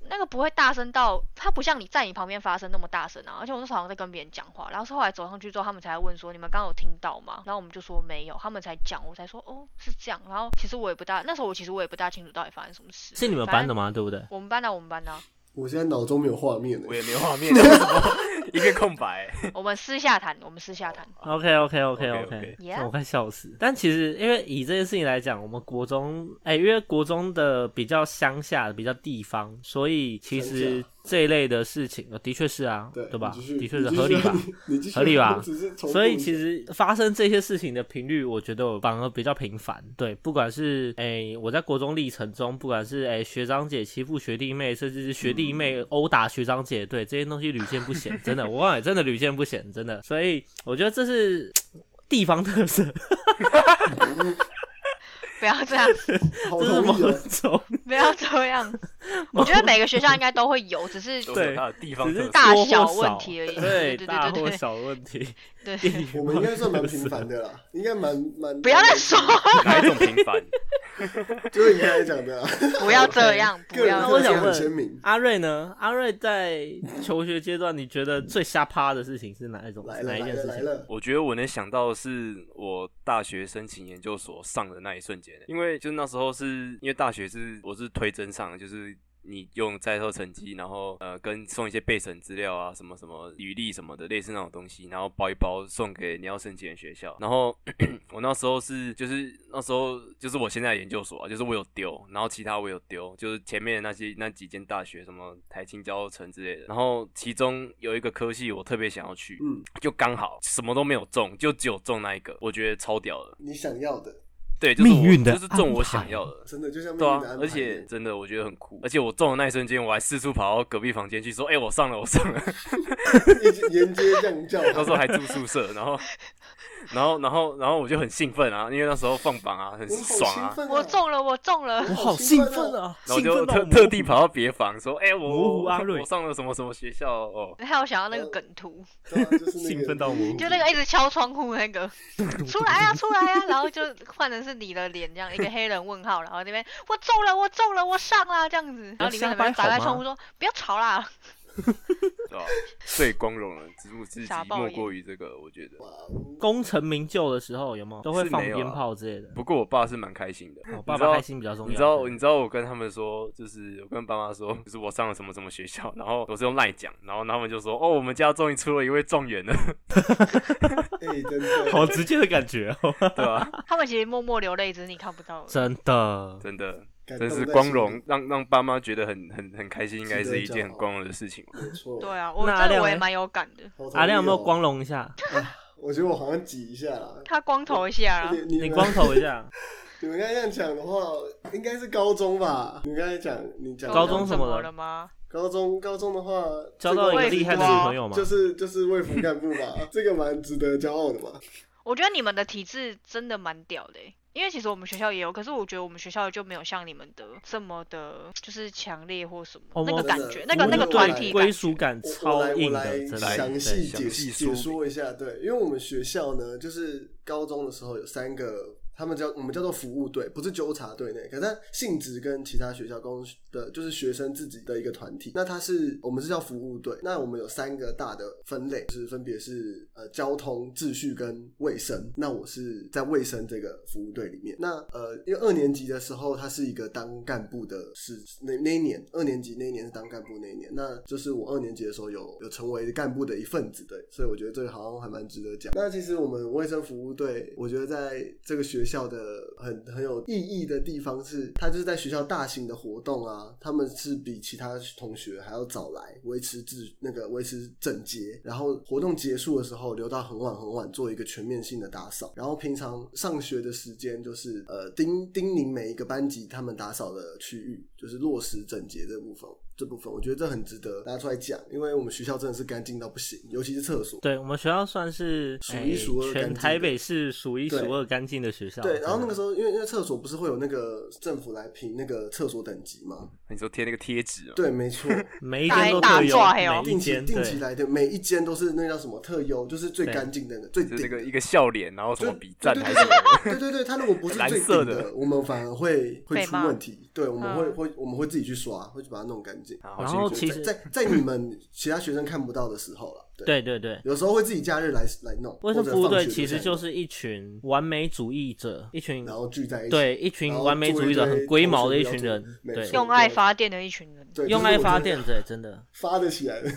[SPEAKER 3] 那个不会大声到，它不像你在你旁边发生那么大声啊。而且我那时候好像在跟别人讲话，然后是后来走上去之后，他们才问说你们刚刚有听到吗？然后我们就说没有，他们才讲，我才说哦是这样。然后其实我也不大，那时候我其实我也不大清楚到底发生什么事。
[SPEAKER 1] 是你们班的吗？对不对？
[SPEAKER 3] 我们班的、我们班的、啊
[SPEAKER 2] 我现在脑中没有画面了欸
[SPEAKER 4] 我。也没有画面，为什么 一个空白？
[SPEAKER 3] 我们私下谈，我们私下谈。
[SPEAKER 1] OK OK OK
[SPEAKER 4] OK，OK
[SPEAKER 1] OK，,
[SPEAKER 3] Yeah
[SPEAKER 1] 我快笑死。但其实因为以这件事情来讲，我们国中，哎、因为国中的比较乡下、比较地方，所以其
[SPEAKER 2] 乡
[SPEAKER 1] 实
[SPEAKER 2] 下
[SPEAKER 1] 这一类的事情，呃的确是啊，
[SPEAKER 2] 对
[SPEAKER 1] 吧？
[SPEAKER 2] 你继续
[SPEAKER 1] 的确是
[SPEAKER 2] 你继续
[SPEAKER 1] 合理吧？
[SPEAKER 2] 你继续
[SPEAKER 1] 合理吧
[SPEAKER 2] 我只是重复
[SPEAKER 1] 所以
[SPEAKER 2] 一下
[SPEAKER 1] 其实发生这些事情的频率，我觉得我反而比较频繁。对，不管是诶、我在国中历程中，不管是诶、学长姐欺负学弟妹，甚至是学弟妹
[SPEAKER 2] 嗯
[SPEAKER 1] 殴打学长姐，对这些东西屡见不鲜， 真的，我告诉你，真的屡见不鲜，真的。所以我觉得这是地方特 色，
[SPEAKER 3] 不要这样，
[SPEAKER 2] 好
[SPEAKER 1] 这是某
[SPEAKER 2] 同意哦，
[SPEAKER 1] 种
[SPEAKER 3] 不要这样。 我觉得每个学校应该都会有，只是
[SPEAKER 4] 都有它的地方
[SPEAKER 1] 只
[SPEAKER 4] 特
[SPEAKER 1] 是
[SPEAKER 4] 色。
[SPEAKER 3] 大
[SPEAKER 1] 多或
[SPEAKER 3] 小
[SPEAKER 1] 少
[SPEAKER 3] 问题而已对对对
[SPEAKER 1] 对，大
[SPEAKER 3] 对
[SPEAKER 1] 或
[SPEAKER 3] 对
[SPEAKER 1] 小问题。
[SPEAKER 3] 对。
[SPEAKER 2] 我们应该算蛮频繁的啦，应该蛮蛮
[SPEAKER 3] 不要再说，
[SPEAKER 4] 哪一种平凡？
[SPEAKER 2] 就是你刚才讲的啊，
[SPEAKER 3] 不要这样，不
[SPEAKER 2] 个人
[SPEAKER 3] 要
[SPEAKER 1] 那
[SPEAKER 3] 这
[SPEAKER 1] 我
[SPEAKER 2] 特色
[SPEAKER 3] 样。
[SPEAKER 1] 想
[SPEAKER 2] 很鲜
[SPEAKER 1] 问
[SPEAKER 2] 明。
[SPEAKER 1] 阿瑞呢？阿瑞在求学阶段，你觉得最瞎趴的事情是哪一种？
[SPEAKER 2] 来
[SPEAKER 1] 是
[SPEAKER 2] 了
[SPEAKER 1] 哪一
[SPEAKER 2] 来
[SPEAKER 1] 件
[SPEAKER 2] 了
[SPEAKER 1] 事
[SPEAKER 2] 来
[SPEAKER 1] 情？
[SPEAKER 2] 了，
[SPEAKER 4] 我觉得我能想到的是我大学申请研究所上的那一瞬间，因为就是那时候是因为大学是我是推甄上的，就是。你用在校成绩，然后呃，跟送一些备审资料啊，什么什么履历什么的，类似那种东西，然后包一包送给你要申请的学校。然后呃我那时候是就是那时候就是我现在的研究所啊，就是我有丢，然后其他我有丢，就是前面的那些那几间大学，什么台青、交城之类的。然后其中有一个科系我特别想要去，
[SPEAKER 2] 嗯，
[SPEAKER 4] 就刚好什么都没有中，就只有中那一个，我觉得超屌的。
[SPEAKER 2] 你想要的，
[SPEAKER 4] 对，就是我
[SPEAKER 1] 命运的
[SPEAKER 4] 就是中我
[SPEAKER 1] 安排
[SPEAKER 4] 想要的。
[SPEAKER 2] 真的就像命
[SPEAKER 4] 对啊
[SPEAKER 2] 运的安，排
[SPEAKER 4] 而且真的我觉得很酷，而且我中的那一瞬间，我还四处跑到隔壁房间去说：“哎、我上了，我上了。
[SPEAKER 2] 一直沿街这样叫”
[SPEAKER 4] 那时候还住宿舍，然后，然后，然后，然后我就很兴奋啊，因为那时候放榜啊，很
[SPEAKER 2] 我
[SPEAKER 4] 爽
[SPEAKER 2] 好兴
[SPEAKER 4] 啊。
[SPEAKER 2] 奋啊，
[SPEAKER 3] 我中了，我中了。
[SPEAKER 1] 我
[SPEAKER 2] 好
[SPEAKER 1] 好
[SPEAKER 2] 兴
[SPEAKER 1] 兴
[SPEAKER 2] 奋
[SPEAKER 1] 奋啊！
[SPEAKER 4] 然后
[SPEAKER 1] 兴
[SPEAKER 4] 就
[SPEAKER 1] 奋
[SPEAKER 4] 特
[SPEAKER 1] 到
[SPEAKER 4] 特地
[SPEAKER 1] 模糊
[SPEAKER 4] 跑到别房说：“哎、我
[SPEAKER 1] 模糊
[SPEAKER 4] 我
[SPEAKER 1] 阿瑞
[SPEAKER 4] 我上了什么什么学校哦。
[SPEAKER 3] 还有想要那个梗图，
[SPEAKER 2] 对啊就是那个
[SPEAKER 1] 兴奋到我
[SPEAKER 3] 就那个一直敲窗户那 个，出来啊，出来啊，然后就换成是你的脸这样，一个黑人问号，然后那边我中了，我中了，我上啦这样子，然后里面的人打开窗户说不要吵啦，
[SPEAKER 4] 对吧、最光荣的，只不至极
[SPEAKER 3] 傻爆
[SPEAKER 4] 莫
[SPEAKER 3] 眼
[SPEAKER 4] 过于这个，我觉得。
[SPEAKER 1] 功成名就的时候，有没有都会
[SPEAKER 4] 是
[SPEAKER 1] 放
[SPEAKER 4] 没有啊
[SPEAKER 1] 鞭炮之类的？
[SPEAKER 4] 不过我爸是蛮开心的，
[SPEAKER 1] 哦
[SPEAKER 4] 你
[SPEAKER 1] 爸
[SPEAKER 4] 知
[SPEAKER 1] 爸
[SPEAKER 4] 道
[SPEAKER 1] 开心比较重要。
[SPEAKER 4] 你知道，你知道我跟他们说，就是我跟爸妈说，就是我上了什么什么学校，然后我是用赖讲，然后他们就说，哦，我们家终于出了一位状元了，
[SPEAKER 2] 哎，真的
[SPEAKER 1] 好直接的感觉哦，
[SPEAKER 4] 对吧、
[SPEAKER 3] 他们其实默默流泪，只是你看不到。
[SPEAKER 1] 真的。
[SPEAKER 4] 真的，
[SPEAKER 2] 感动在
[SPEAKER 4] 真是
[SPEAKER 2] 心里
[SPEAKER 4] 光荣，，让让爸妈觉得很很很开心，应该是一件
[SPEAKER 2] 值得骄
[SPEAKER 4] 很
[SPEAKER 2] 傲
[SPEAKER 4] 光荣的事情。
[SPEAKER 2] 没错，
[SPEAKER 3] 对啊，我
[SPEAKER 1] 那
[SPEAKER 3] 这
[SPEAKER 1] 阿亮
[SPEAKER 3] 个我也
[SPEAKER 1] 呢
[SPEAKER 3] 蛮有感的，
[SPEAKER 2] 好同意哦
[SPEAKER 1] 阿亮有没有光？荣一下？
[SPEAKER 2] 我觉得我好像挤一下啦。
[SPEAKER 3] 他光头一下啊啦，
[SPEAKER 2] 你
[SPEAKER 1] 你
[SPEAKER 2] 们
[SPEAKER 1] 光头一 下，
[SPEAKER 2] 你们刚才这样讲的话，应该是高中吧？你们刚才讲你讲
[SPEAKER 1] 高
[SPEAKER 3] 中
[SPEAKER 1] 中
[SPEAKER 3] 怎
[SPEAKER 1] 怎么
[SPEAKER 3] 么
[SPEAKER 1] 了
[SPEAKER 3] 了吗？
[SPEAKER 2] 高中高中的话，
[SPEAKER 1] 交到一
[SPEAKER 3] 我
[SPEAKER 1] 个
[SPEAKER 3] 也
[SPEAKER 1] 厉害的
[SPEAKER 3] 是
[SPEAKER 1] 女
[SPEAKER 3] 啊
[SPEAKER 1] 朋友吗
[SPEAKER 2] 就？是就是卫福干部吧，这个蛮值得骄傲的嘛。
[SPEAKER 3] 我觉得你们的体质真的蛮屌的欸，因为其实我们学校也有，可是我觉得我们学校就没有像你们的这么的，就是强烈或什么、
[SPEAKER 1] 哦
[SPEAKER 3] 那个
[SPEAKER 1] 我
[SPEAKER 3] 感
[SPEAKER 2] 真的
[SPEAKER 3] 觉，
[SPEAKER 2] 我
[SPEAKER 3] 那个那
[SPEAKER 2] 们
[SPEAKER 3] 个
[SPEAKER 2] 有
[SPEAKER 3] 团
[SPEAKER 2] 来
[SPEAKER 3] 体
[SPEAKER 1] 归
[SPEAKER 3] 感
[SPEAKER 1] 属
[SPEAKER 3] 觉
[SPEAKER 1] 感
[SPEAKER 2] 我我
[SPEAKER 1] 超
[SPEAKER 2] 来我
[SPEAKER 1] 硬
[SPEAKER 2] 来
[SPEAKER 1] 的，真的。
[SPEAKER 2] 详细
[SPEAKER 4] 对
[SPEAKER 2] 解
[SPEAKER 4] 详细
[SPEAKER 2] 解
[SPEAKER 4] 说
[SPEAKER 2] 说一下，对，因为我们学校呢，就是高中的时候有三个，他们叫我们叫做服务队，不是纠察队那个，但性质跟其他学校公的，就是学生自己的一个团体。那它是我们是叫服务队，那我们有三个大的分类，就是分别是呃交通秩序跟卫生。那我是在卫生这个服务队里面。那呃，因为二年级的时候，他是一个当干部的是那那一年，二年级那一年是当干部那一年，那就是我二年级的时候有有成为干部的一份子，对，所以我觉得这个好像还蛮值得讲。那其实我们卫生服务队，我觉得在这个学校的很很有意义的地方是，它就是在学校大型的活动啊，他们是比其他同学还要早来维持秩那个维持整洁，然后活动结束的时候留到很晚很晚做一个全面性的打扫，然后平常上学的时间就是呃叮叮咛每一个班级他们打扫的区域，就是落实整洁这部分。这部分我觉得这很值得拿出来讲，因为我们学校真的是干净到不行，尤其是厕所。
[SPEAKER 1] 对我们学校算是
[SPEAKER 2] 数一数二
[SPEAKER 1] 哎
[SPEAKER 2] 干
[SPEAKER 1] 全
[SPEAKER 2] 净的
[SPEAKER 1] 台北市数一
[SPEAKER 2] 对
[SPEAKER 1] 数二干净的学校。
[SPEAKER 2] 对，然后那个时
[SPEAKER 1] 候，
[SPEAKER 2] 候，因为因为厕所不是会有那个政府来评那个厕所等级嘛？
[SPEAKER 4] 你说贴那个贴纸啊，
[SPEAKER 2] 对，没错，
[SPEAKER 1] 每一间都特
[SPEAKER 3] 大哦大
[SPEAKER 1] 有，
[SPEAKER 3] 抓哟
[SPEAKER 1] 每一
[SPEAKER 2] 定期
[SPEAKER 1] 间
[SPEAKER 2] 定期
[SPEAKER 1] 对，
[SPEAKER 2] 来的，每一间都是那叫什么特优，就是最干净的那个、最
[SPEAKER 4] 就是那
[SPEAKER 2] 顶
[SPEAKER 4] 个
[SPEAKER 2] 的。
[SPEAKER 4] 一个笑脸，然后什
[SPEAKER 2] 就
[SPEAKER 4] 么比赞
[SPEAKER 2] 对
[SPEAKER 4] 还
[SPEAKER 2] 对
[SPEAKER 4] 是什么的，
[SPEAKER 2] 对对对对，他如果不是
[SPEAKER 4] 蓝
[SPEAKER 2] 最
[SPEAKER 4] 色
[SPEAKER 2] 顶
[SPEAKER 4] 的
[SPEAKER 2] 的，我们反而会会
[SPEAKER 3] 被
[SPEAKER 2] 出
[SPEAKER 3] 骂
[SPEAKER 2] 问题。对，我们会
[SPEAKER 3] 嗯
[SPEAKER 2] 会我们会自己去刷，会去把它弄干净。
[SPEAKER 4] 啊
[SPEAKER 1] 然
[SPEAKER 4] 好辛
[SPEAKER 1] 后
[SPEAKER 4] 苦
[SPEAKER 1] 其实
[SPEAKER 2] 在在在你们其他学生看不到的时候了，对，
[SPEAKER 1] 对对对。
[SPEAKER 2] 有时候会自己假日来来弄。
[SPEAKER 1] 卫
[SPEAKER 2] 或
[SPEAKER 1] 生
[SPEAKER 2] 者
[SPEAKER 1] 服务
[SPEAKER 2] 放
[SPEAKER 1] 队
[SPEAKER 2] 学
[SPEAKER 1] 其
[SPEAKER 2] 留下
[SPEAKER 1] 实
[SPEAKER 2] 来
[SPEAKER 1] 就
[SPEAKER 2] 弄
[SPEAKER 1] 是一群完美主义者，一群
[SPEAKER 2] 然后聚在一起，
[SPEAKER 1] 对一群
[SPEAKER 2] 然后
[SPEAKER 1] 完美
[SPEAKER 2] 做
[SPEAKER 1] 主义
[SPEAKER 2] 一
[SPEAKER 1] 者
[SPEAKER 2] 堆
[SPEAKER 1] 很龟
[SPEAKER 2] 同
[SPEAKER 1] 毛的
[SPEAKER 2] 学
[SPEAKER 1] 一
[SPEAKER 2] 比较
[SPEAKER 1] 群
[SPEAKER 2] 做
[SPEAKER 1] 人，
[SPEAKER 2] 没
[SPEAKER 1] 对
[SPEAKER 2] 错
[SPEAKER 3] 用爱发电的一群人，
[SPEAKER 2] 对，
[SPEAKER 1] 用
[SPEAKER 2] 就是
[SPEAKER 1] 爱
[SPEAKER 2] 我
[SPEAKER 1] 发
[SPEAKER 2] 觉得
[SPEAKER 1] 电，对，真的
[SPEAKER 2] 发得起来 的，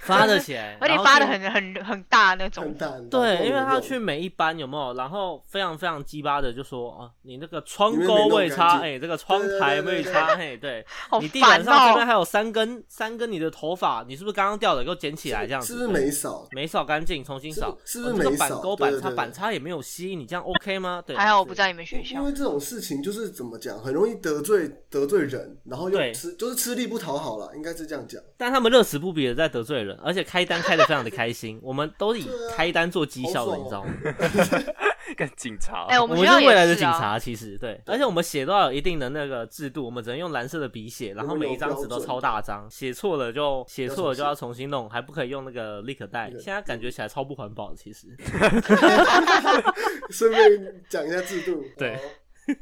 [SPEAKER 1] 发得起来，
[SPEAKER 3] 而且
[SPEAKER 1] 然后
[SPEAKER 3] 发的
[SPEAKER 1] 就
[SPEAKER 3] 很很很大那
[SPEAKER 2] 很
[SPEAKER 3] 种。
[SPEAKER 2] 大很大
[SPEAKER 1] 对，因为他
[SPEAKER 2] 光荣
[SPEAKER 1] 去每一班有没有，然后非常非常鸡巴的就说啊，你那个窗
[SPEAKER 2] 你们没
[SPEAKER 1] 钩
[SPEAKER 2] 弄
[SPEAKER 1] 未
[SPEAKER 2] 干
[SPEAKER 1] 擦，
[SPEAKER 2] 净
[SPEAKER 1] 哎、这个窗
[SPEAKER 2] 对
[SPEAKER 1] 台
[SPEAKER 2] 对
[SPEAKER 1] 未
[SPEAKER 2] 对对
[SPEAKER 1] 擦，嘿，对，
[SPEAKER 3] 好
[SPEAKER 1] 你地板
[SPEAKER 3] 烦
[SPEAKER 1] 上这边
[SPEAKER 3] 哦！
[SPEAKER 1] 还有三根三根你的头发，你是不是刚刚掉的？给我捡起来，这样子
[SPEAKER 2] 是不是
[SPEAKER 1] 对
[SPEAKER 2] 没扫？
[SPEAKER 1] 没扫干净，重新
[SPEAKER 2] 是
[SPEAKER 1] 扫，
[SPEAKER 2] 是不是
[SPEAKER 1] 哦这个
[SPEAKER 2] 没
[SPEAKER 1] 板
[SPEAKER 2] 扫
[SPEAKER 1] 钩
[SPEAKER 2] 对
[SPEAKER 1] 板
[SPEAKER 2] 对
[SPEAKER 1] 擦
[SPEAKER 2] 对
[SPEAKER 1] 板
[SPEAKER 2] 对
[SPEAKER 1] 擦也没有吸，你这样 OK 吗？对，
[SPEAKER 3] 还好我不在你们学
[SPEAKER 2] 因
[SPEAKER 3] 校
[SPEAKER 1] 哦
[SPEAKER 2] 为，这种事情就是怎么讲，很容易得罪得罪人，然后
[SPEAKER 1] 对
[SPEAKER 2] 又吃就是吃力不讨好啦，应该是这样讲。
[SPEAKER 1] 但他们乐此不疲的在得罪人，而且开单开的非常的开 心，我们都以
[SPEAKER 2] 对啊
[SPEAKER 1] 开单做绩
[SPEAKER 2] 好
[SPEAKER 1] 效的，
[SPEAKER 2] 爽
[SPEAKER 1] 你知
[SPEAKER 2] 哦
[SPEAKER 1] 道吗？
[SPEAKER 4] 干警察，
[SPEAKER 3] 哎，我
[SPEAKER 1] 我
[SPEAKER 3] 们
[SPEAKER 1] 们是
[SPEAKER 3] 学校也
[SPEAKER 1] 未来的警
[SPEAKER 3] 是啊。
[SPEAKER 1] 察，其实对，而且我们写都要有一定的那个制度，我们只能用蓝色的笔写，然后每一张纸都超大张，写错了就写错了就要重新弄，还不可以用那个立可带。
[SPEAKER 2] 对
[SPEAKER 1] 现在感觉起来超不环保的，其实。
[SPEAKER 2] 顺便讲一下制度。
[SPEAKER 1] 对
[SPEAKER 2] 好
[SPEAKER 3] 很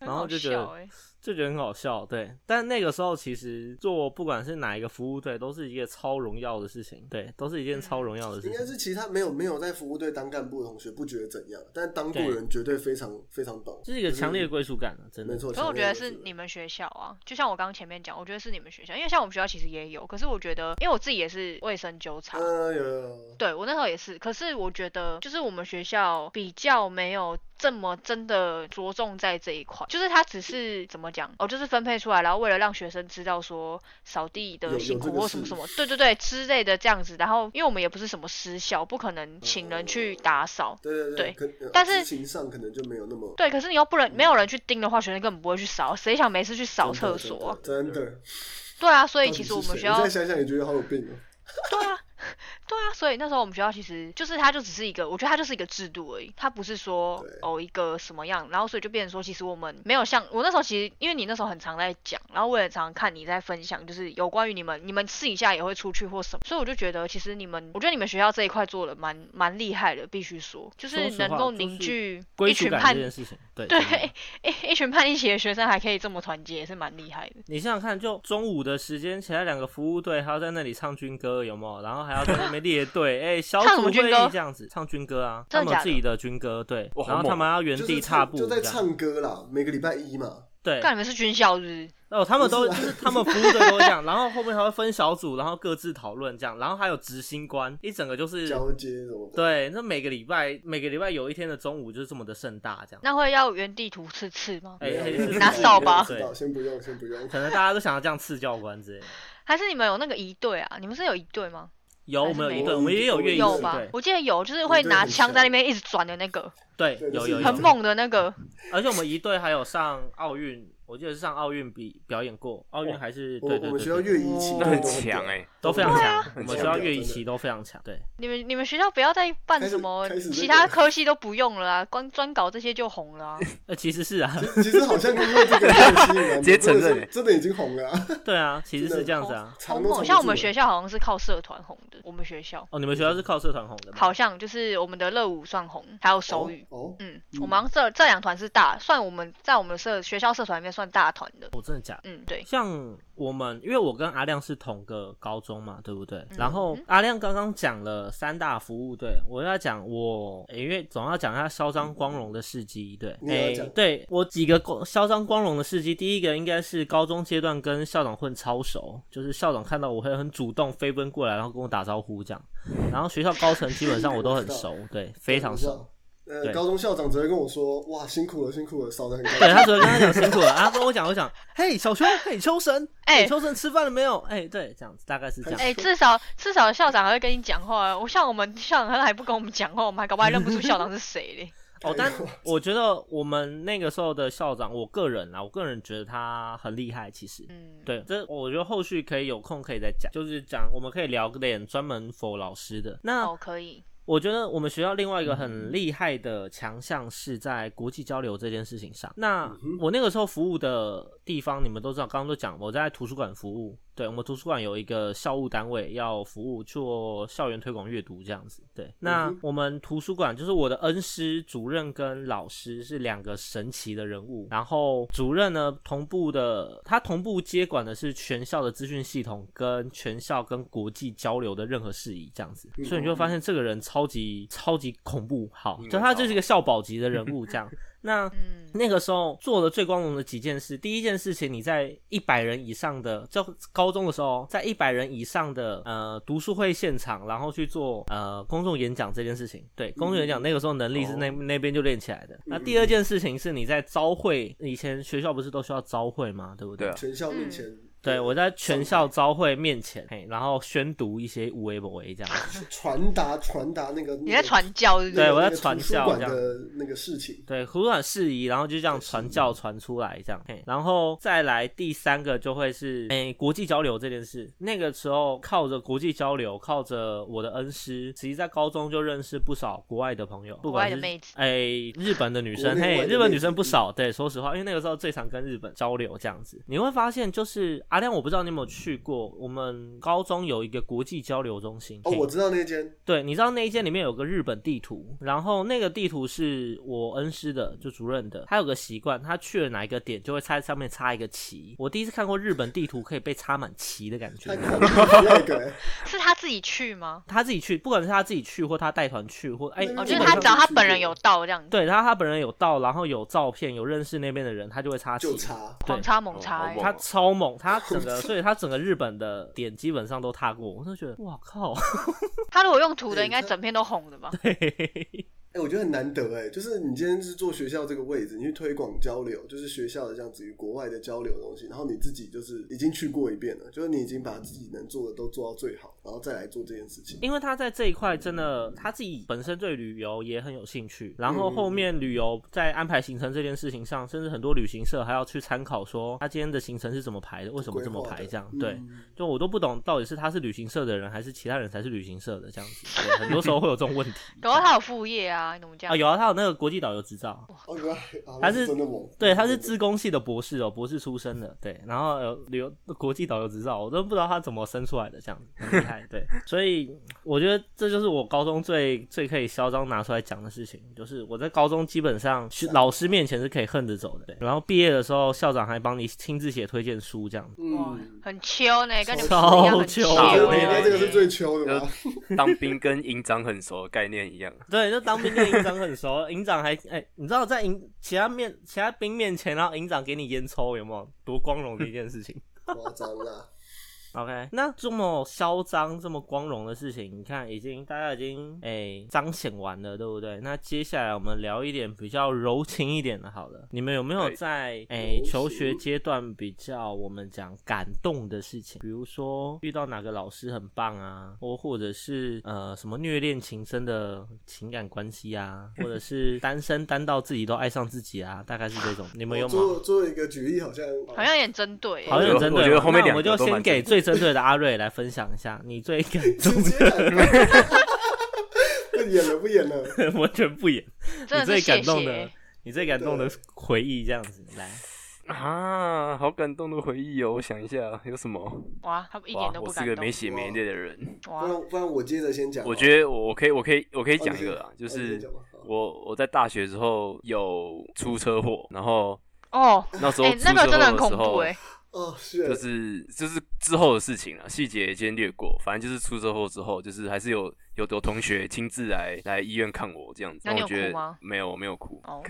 [SPEAKER 1] 然后
[SPEAKER 3] 好
[SPEAKER 1] 就觉得
[SPEAKER 3] 笑欸
[SPEAKER 1] 就觉得很好笑，对。但那个时候其实做不管是哪一个服务队，都是一个超荣耀的事情，对，都是一件超荣耀的事
[SPEAKER 2] 应该
[SPEAKER 1] 情。
[SPEAKER 2] 是其他没有没有在服务队当干部的同学不觉得怎样，但当过人绝对非常非常懂，
[SPEAKER 1] 这是一个强烈的归属感啊，真的。
[SPEAKER 2] 没错。
[SPEAKER 3] 可是我觉得
[SPEAKER 2] 强烈
[SPEAKER 3] 是
[SPEAKER 2] 的
[SPEAKER 3] 你们学校啊，就像我刚刚前面讲，我觉得是你们学校，因为像我们学校其实也有，可是我觉得，因为我自己也是卫生纠
[SPEAKER 1] 嗯
[SPEAKER 3] 察，
[SPEAKER 2] 呃有有有
[SPEAKER 3] 对我那时候也是，可是我觉得就是我们学校比较没有这么真的着重在这一块，就是它只是怎么讲哦，就是分配出来，然后为了让学生知道说扫地
[SPEAKER 2] 有有
[SPEAKER 3] 的辛
[SPEAKER 2] 这
[SPEAKER 3] 苦
[SPEAKER 2] 个
[SPEAKER 3] 或什么
[SPEAKER 2] 事
[SPEAKER 3] 什么，对对对之类的这样子。然后因为我们也不是什么私校，不可能请人去
[SPEAKER 2] 哦
[SPEAKER 3] 打扫。
[SPEAKER 2] 对对
[SPEAKER 3] 对
[SPEAKER 2] 可呃
[SPEAKER 3] 但是
[SPEAKER 2] 执行上可能就没有那么
[SPEAKER 3] 对，可是你又不能没有人去盯的话，学生根本不会去扫，谁想没事去扫
[SPEAKER 2] 真
[SPEAKER 3] 厕
[SPEAKER 2] 的
[SPEAKER 3] 所啊？
[SPEAKER 2] 真的真的。
[SPEAKER 3] 对啊，所
[SPEAKER 2] 所
[SPEAKER 3] 以其实我们学
[SPEAKER 2] 你
[SPEAKER 3] 校
[SPEAKER 2] 再想想也觉得好有病哦。
[SPEAKER 3] 对啊，对啊，所以那时候我们学校其实就是它就只是一个，我觉得它就是一个制度而已，它不是说
[SPEAKER 2] 对
[SPEAKER 3] 哦一个什么样，然后所以就变成说，其实我们没有像我那时候其实，因为你那时候很常在讲，然后我也常看你在分享，就是有关于你们你们私底下也会出去或什么，所以我就觉得其实你们，我觉得你们学校这一块做的蛮蛮厉害的，必须说，就
[SPEAKER 1] 说
[SPEAKER 3] 是
[SPEAKER 1] 实
[SPEAKER 3] 能
[SPEAKER 1] 话
[SPEAKER 3] 够
[SPEAKER 1] 就
[SPEAKER 3] 凝
[SPEAKER 1] 是
[SPEAKER 3] 聚
[SPEAKER 1] 归
[SPEAKER 3] 一
[SPEAKER 1] 属
[SPEAKER 3] 群
[SPEAKER 1] 感
[SPEAKER 3] 叛
[SPEAKER 1] 这件事情，对
[SPEAKER 3] 对
[SPEAKER 1] 真的
[SPEAKER 3] 一一群叛逆期的学生还可以这么团结，也是蛮厉害的。
[SPEAKER 1] 你想想看，就中午的时间，其他两个服务队还要在那里唱军歌，有没有？然后还要在那边列 队，哎、小
[SPEAKER 3] 唱什
[SPEAKER 1] 组
[SPEAKER 3] 么
[SPEAKER 1] 会
[SPEAKER 3] 军
[SPEAKER 1] 议
[SPEAKER 3] 歌
[SPEAKER 1] 这样子唱军歌啊，他
[SPEAKER 3] 真的
[SPEAKER 1] 们有
[SPEAKER 3] 假
[SPEAKER 1] 自
[SPEAKER 3] 的
[SPEAKER 1] 己的军歌，对
[SPEAKER 4] 哇，好
[SPEAKER 1] 然后他
[SPEAKER 4] 猛
[SPEAKER 1] 们要原
[SPEAKER 2] 就
[SPEAKER 1] 地
[SPEAKER 2] 是
[SPEAKER 1] 踏
[SPEAKER 2] 唱
[SPEAKER 1] 步
[SPEAKER 2] 就在
[SPEAKER 1] 这样，
[SPEAKER 2] 唱歌啦，每个礼拜一嘛。
[SPEAKER 1] 对，
[SPEAKER 3] 干你们是军校是不是？
[SPEAKER 1] 哦，他们
[SPEAKER 2] 不
[SPEAKER 1] 都
[SPEAKER 2] 是啊
[SPEAKER 1] 就是他们服务队都会 这样，然后后面还会分小组，然后各自讨论这样，然后还有执行官，一整个就是
[SPEAKER 2] 交接什么的，
[SPEAKER 1] 对，那每个礼拜每个礼拜有一天的中午就是这么的盛大这样，
[SPEAKER 3] 那会要原地图刺刺吗？
[SPEAKER 1] 哎、
[SPEAKER 2] 没有
[SPEAKER 1] 是
[SPEAKER 3] 拿扫把
[SPEAKER 2] 不
[SPEAKER 1] 对
[SPEAKER 2] 知，道先不用，先不用。
[SPEAKER 1] 可能大家都想要这样刺教官之类的。
[SPEAKER 3] 还是你们有那个一队啊？你们是有一队吗？
[SPEAKER 1] 有，
[SPEAKER 3] 还
[SPEAKER 1] 我
[SPEAKER 3] 是
[SPEAKER 1] 们有
[SPEAKER 3] 没
[SPEAKER 1] 一
[SPEAKER 3] 有
[SPEAKER 1] 队，我们也有乐
[SPEAKER 2] 对
[SPEAKER 1] 仪
[SPEAKER 3] 有
[SPEAKER 1] 式
[SPEAKER 3] 吧
[SPEAKER 1] 队，，
[SPEAKER 3] 我记得有，就是
[SPEAKER 2] 一
[SPEAKER 3] 会
[SPEAKER 2] 队
[SPEAKER 3] 拿
[SPEAKER 2] 很
[SPEAKER 3] 枪在那
[SPEAKER 2] 强
[SPEAKER 3] 边一直转的那个。
[SPEAKER 1] 对
[SPEAKER 2] 对，
[SPEAKER 1] 有
[SPEAKER 2] 就是
[SPEAKER 1] 有
[SPEAKER 2] 对
[SPEAKER 1] 有
[SPEAKER 3] 很，猛的那个，
[SPEAKER 1] 而且我们一队还有上奥运，我记得是上奥运比表演过，奥运还是
[SPEAKER 2] 我
[SPEAKER 1] 对对
[SPEAKER 2] 我们学
[SPEAKER 1] 对
[SPEAKER 2] 校
[SPEAKER 1] 对，
[SPEAKER 2] 越一期
[SPEAKER 3] 哦
[SPEAKER 4] 那
[SPEAKER 2] 都
[SPEAKER 4] 很
[SPEAKER 2] 都
[SPEAKER 4] 强
[SPEAKER 2] 屌
[SPEAKER 4] 哎、
[SPEAKER 1] 都非常
[SPEAKER 2] 对
[SPEAKER 1] 强
[SPEAKER 2] 啊，
[SPEAKER 1] 我
[SPEAKER 2] 很
[SPEAKER 1] 们学
[SPEAKER 2] 强
[SPEAKER 1] 校
[SPEAKER 2] 真
[SPEAKER 1] 越一
[SPEAKER 2] 的
[SPEAKER 1] 期都非常强，对。
[SPEAKER 3] 你们你们学校不要再
[SPEAKER 2] 开
[SPEAKER 3] 办
[SPEAKER 2] 始
[SPEAKER 3] 什么
[SPEAKER 2] 开始这
[SPEAKER 3] 其
[SPEAKER 2] 个
[SPEAKER 3] 他科系都不用了啊，光专搞这些就红了啊、
[SPEAKER 2] 哎
[SPEAKER 1] 呃，其实是啊，
[SPEAKER 2] 其实好像因为 这个东西，
[SPEAKER 4] 直接承认
[SPEAKER 2] 真
[SPEAKER 1] 哎
[SPEAKER 2] 的是真的已经红了啊，
[SPEAKER 1] 对啊，其实是这样子啊。
[SPEAKER 2] 藏
[SPEAKER 3] 好
[SPEAKER 2] 都藏
[SPEAKER 3] 猛！
[SPEAKER 2] 不
[SPEAKER 3] 像我
[SPEAKER 2] 住
[SPEAKER 3] 们
[SPEAKER 2] 了
[SPEAKER 3] 学校好像是靠社团红的，我们学校
[SPEAKER 1] 哦，你们学校是靠社团红的吗？
[SPEAKER 3] 好像就是我们的热舞算红，还有手语。
[SPEAKER 2] 哦，哦
[SPEAKER 3] 嗯，我们好像这这两团是大，算我们在我们社学校社团里面算大团的。
[SPEAKER 2] 哦
[SPEAKER 1] 我真的假的？
[SPEAKER 3] 嗯，对，
[SPEAKER 1] 像我们，因为我跟阿亮是同个高中嘛，对不对？
[SPEAKER 3] 嗯
[SPEAKER 1] 然后阿亮刚刚讲了三大服务队，我要讲我，诶因为总要讲一下嚣张光荣的事迹，对，
[SPEAKER 2] 你也
[SPEAKER 1] 诶
[SPEAKER 2] 要讲
[SPEAKER 1] 对我几个光嚣张光荣的事迹，第一个应该是高中阶段跟校长混超熟，就是校长看到我会很主动飞奔过来，然后跟我打招呼这样。然后学校高层基本上我都很 熟，对，非常熟。。
[SPEAKER 2] 呃，
[SPEAKER 1] 对
[SPEAKER 2] 高中校长只会跟我说：“哇，辛苦了，辛苦了，扫的很干
[SPEAKER 1] 对
[SPEAKER 2] 净。
[SPEAKER 1] 他只会跟他讲辛苦了，啊，跟我讲，我讲，嘿，小秋，嘿，秋神，
[SPEAKER 3] 哎
[SPEAKER 1] 嘿秋神吃饭了没有？哎，对，这样子大概是这样。
[SPEAKER 3] 哎、至少至少校长还会跟你讲话啊。我像我们校长他还不跟我们讲话，我们还搞不好还认不出校长是谁嘞。
[SPEAKER 1] 哦，
[SPEAKER 2] 哎
[SPEAKER 1] 但
[SPEAKER 2] 呦
[SPEAKER 1] 我觉得我们那个时候的校长，我个人啊，我个人觉得他很厉害，其实。
[SPEAKER 3] 嗯，
[SPEAKER 1] 对，这我觉得后续可以有空可以再讲，就是讲我们可以聊个点专门 for 老师的。那
[SPEAKER 3] 哦，可以。
[SPEAKER 1] 我觉得我们学校另外一个
[SPEAKER 2] 嗯
[SPEAKER 1] 很厉害的强项是在国际交流这件事情上。
[SPEAKER 2] 嗯
[SPEAKER 1] 那我那个时候服务的地方，你们都知道，刚刚都讲，我在图书馆服务。对我们图书馆有一个校务单位要服务做校园推广阅读这样子。对，那
[SPEAKER 2] 嗯哼
[SPEAKER 1] 我们图书馆就是我的恩师主任跟老师是两个神奇的人物。然后主任呢，同步的他同步接管的是全校的资讯系统跟全校跟国际交流的任何事宜这样
[SPEAKER 4] 嗯
[SPEAKER 1] 子。所以你就会发现这个人超级超级恐怖，好
[SPEAKER 4] 嗯，
[SPEAKER 1] 就他就是一个校宝级的人 物这样。那
[SPEAKER 3] 嗯，
[SPEAKER 1] 那个时候做的最光荣的几件事，第一件事情，你在一百人以上的，就高中的时候，在一百人以上的呃读书会现场，然后去做呃公众演讲这件事情。对，公众演
[SPEAKER 4] 嗯
[SPEAKER 1] 讲那个时候能力是
[SPEAKER 4] 哦
[SPEAKER 1] 那、那边就练起来的。那第二件事情是你在招会，以前学校不是都需要招会吗？对不对？
[SPEAKER 4] 对啊”
[SPEAKER 2] 全校面前，
[SPEAKER 3] 嗯
[SPEAKER 1] 对我在全校招会面前，嘿，然后宣读一些无为不为这样子。
[SPEAKER 2] 传达传达那个
[SPEAKER 3] 你在传教是不是？
[SPEAKER 1] 对我在
[SPEAKER 2] 那个
[SPEAKER 1] 传
[SPEAKER 2] 图书
[SPEAKER 1] 教
[SPEAKER 2] 馆
[SPEAKER 1] 这样
[SPEAKER 2] 的那个事情。
[SPEAKER 1] 对，图书馆事宜，然后就这样传教传出来这样，嘿，然后再来第三个就会是诶、国际交流这件事。那个时候靠着国际交流，靠着我的恩师，其实在高中就认识不少国外的朋友，不管
[SPEAKER 3] 国外的
[SPEAKER 1] 是
[SPEAKER 3] 妹子
[SPEAKER 1] 诶、日本的女生，
[SPEAKER 2] 国内
[SPEAKER 1] 嘿
[SPEAKER 2] 外，的
[SPEAKER 1] 日本
[SPEAKER 2] 妹
[SPEAKER 1] 女生
[SPEAKER 2] 子
[SPEAKER 1] 不少。对，说实话，因为那个时候最常跟日本交流这样子，你会发现就是阿亮，我不知道你有没有去过，我们高中有一个国际交流中心。
[SPEAKER 2] 哦，
[SPEAKER 1] 嘿
[SPEAKER 2] 我知道那间，
[SPEAKER 1] 对，你知道那一间里面有个日本地图，然后那个地图是我恩师的，就主任的，他有个习惯，他去了哪一个点就会在上面插一个旗。我第一次看过日本地图可以被插满旗的感觉
[SPEAKER 2] 太。 恐怖了那个欸，
[SPEAKER 3] 是他自己去吗？
[SPEAKER 1] 他自己去，不管是他自己去或他带团去，或哎，
[SPEAKER 2] 那
[SPEAKER 3] 哦，
[SPEAKER 1] 基
[SPEAKER 3] 就是
[SPEAKER 1] 本
[SPEAKER 3] 他
[SPEAKER 1] 上
[SPEAKER 3] 只要他本人有到这样子，
[SPEAKER 1] 对，然后他本人有到，然后有照片，有认识那边的人，他就会插旗
[SPEAKER 2] 就。查
[SPEAKER 1] 对
[SPEAKER 3] 狂，插猛插、
[SPEAKER 4] 哦好
[SPEAKER 3] 欸
[SPEAKER 4] 猛
[SPEAKER 1] 他超猛，他整 个，所以他整个日本的点基本上都踏过，我就觉得哇靠，
[SPEAKER 3] 他如果用图的，
[SPEAKER 2] 对
[SPEAKER 3] 应该
[SPEAKER 2] 他
[SPEAKER 3] 整篇都红的吧？
[SPEAKER 2] 哎、我觉得很难得哎、就是你今天是做学校这个位置，你去推广交流，就是学校的这样子与国外的交流的东西，然后你自己就是已经去过一遍了，就是你已经把自己能做的都做到最好，然后再来做这件事情。
[SPEAKER 1] 因为他在这一块真的他自己本身对旅游也很有兴趣，然
[SPEAKER 2] 嗯
[SPEAKER 1] 后后面旅游在安排行程这件事情上，甚至很多旅行社还要去参考说他今天的行程是怎么排的，为什么这么排这样
[SPEAKER 2] 规划？的
[SPEAKER 1] 对
[SPEAKER 2] 嗯，
[SPEAKER 1] 就我都不懂到底是他是旅行社的人，还是其他人才是旅行社的这样子。对，很多时候会有这种问题
[SPEAKER 3] 搞到他有副业啊，你怎么这样？
[SPEAKER 1] 啊。有啊，他有那个国际导游执照，
[SPEAKER 2] 哦，原来啊，
[SPEAKER 1] 他
[SPEAKER 2] 那
[SPEAKER 1] 是
[SPEAKER 2] 真的猛，
[SPEAKER 1] 对，他是自工系的博士哦，博士出身的，对，然后有旅游国际导游执照，我都不知道他怎么生出来的，这样子很厉 害，对，所以我觉得这就是我高中最最可以嚣张拿出来讲的事情，就是我在高中基本上去老师面前是可以横着走的，对然后毕业的时候校长还帮你亲自写推荐书这样子，
[SPEAKER 3] 哇
[SPEAKER 2] 嗯，，
[SPEAKER 3] 很秋呢、跟你们
[SPEAKER 1] 超
[SPEAKER 3] 说一样很
[SPEAKER 1] 秋
[SPEAKER 3] 秋、
[SPEAKER 2] 我
[SPEAKER 4] 啊
[SPEAKER 2] 觉得
[SPEAKER 4] 对
[SPEAKER 2] 你应该
[SPEAKER 4] 啊
[SPEAKER 2] 这
[SPEAKER 3] 欸。
[SPEAKER 2] 个是最秋的吧？
[SPEAKER 4] 当兵跟营长很熟的概念一样，
[SPEAKER 1] 对，就当兵跟营长很 熟，营长还哎、你知道在营其他面其他兵面前，然后营长给你烟抽有没有多光荣的一件事情？
[SPEAKER 2] 夸张啦！
[SPEAKER 1] OK，那这么嚣张、这么光荣的事情，你看已经大家已经哎彰显完了，对不对？那接下来我们聊一点比较柔情一点的，好了。你们有没有
[SPEAKER 4] 哎
[SPEAKER 1] 在哎
[SPEAKER 2] 柔
[SPEAKER 1] 求学
[SPEAKER 2] 情
[SPEAKER 1] 阶段比较我们讲感动的事情？比如说遇到哪个老师很棒啊，或或者是呃什么虐恋情深的情感关系啊，或者是单身单到自己都爱上自己啊，大概是这种。你们有
[SPEAKER 2] 我
[SPEAKER 1] 吗？
[SPEAKER 2] 哦做做一个举例，好像哦
[SPEAKER 3] 好像有点针对。欸
[SPEAKER 1] 好像有针对
[SPEAKER 4] 我觉得
[SPEAKER 1] 嘛
[SPEAKER 4] 后面
[SPEAKER 1] 那我们
[SPEAKER 4] 两个
[SPEAKER 1] 就
[SPEAKER 4] 都
[SPEAKER 1] 先
[SPEAKER 4] 蛮
[SPEAKER 1] 给
[SPEAKER 4] 针
[SPEAKER 1] 最针对的阿瑞来分享一下你最感
[SPEAKER 2] 直
[SPEAKER 1] 动
[SPEAKER 2] 接喊 不演了不演了，
[SPEAKER 1] 的，完全不演。你
[SPEAKER 3] 真的是
[SPEAKER 1] 最
[SPEAKER 3] 谢欸
[SPEAKER 1] 感动的
[SPEAKER 3] 谢。，
[SPEAKER 1] 你最感动的回忆这样子来。
[SPEAKER 4] 啊，好感动的回忆哦！我想一下有什么？
[SPEAKER 3] 哇，他们一
[SPEAKER 4] 哇
[SPEAKER 3] 点，都
[SPEAKER 4] 我
[SPEAKER 3] 不
[SPEAKER 4] 是
[SPEAKER 3] 感
[SPEAKER 4] 个
[SPEAKER 3] 动
[SPEAKER 4] 没。血没泪的人。
[SPEAKER 2] 不
[SPEAKER 3] 哇，
[SPEAKER 2] 然不然我接着先讲好了。
[SPEAKER 4] 我觉得我我可以，我可以，我可以
[SPEAKER 2] 哦
[SPEAKER 4] 讲
[SPEAKER 2] 你
[SPEAKER 4] 一
[SPEAKER 2] 先
[SPEAKER 4] 个啊，就
[SPEAKER 2] 哦你先
[SPEAKER 4] 是
[SPEAKER 2] 讲吧好
[SPEAKER 4] 我我在大学之后有出车祸，然后
[SPEAKER 3] 哦，
[SPEAKER 4] 那时候
[SPEAKER 3] 哎
[SPEAKER 4] 出，车
[SPEAKER 3] 那
[SPEAKER 4] 祸
[SPEAKER 3] 个真的很
[SPEAKER 4] 的
[SPEAKER 3] 恐
[SPEAKER 4] 时
[SPEAKER 3] 怖
[SPEAKER 4] 候，
[SPEAKER 3] 哎。
[SPEAKER 2] 哦，是
[SPEAKER 4] 就是就是之后的事情了，细节先略过。反正就是出车祸之后，就是还是有有有同学亲自来来医院看我这样子。
[SPEAKER 3] 那
[SPEAKER 4] 然
[SPEAKER 3] 你
[SPEAKER 4] 后我
[SPEAKER 3] 有
[SPEAKER 4] 觉
[SPEAKER 3] 哭
[SPEAKER 4] 得
[SPEAKER 3] 吗
[SPEAKER 4] 没有我没有哭。
[SPEAKER 2] 啊
[SPEAKER 3] 哦，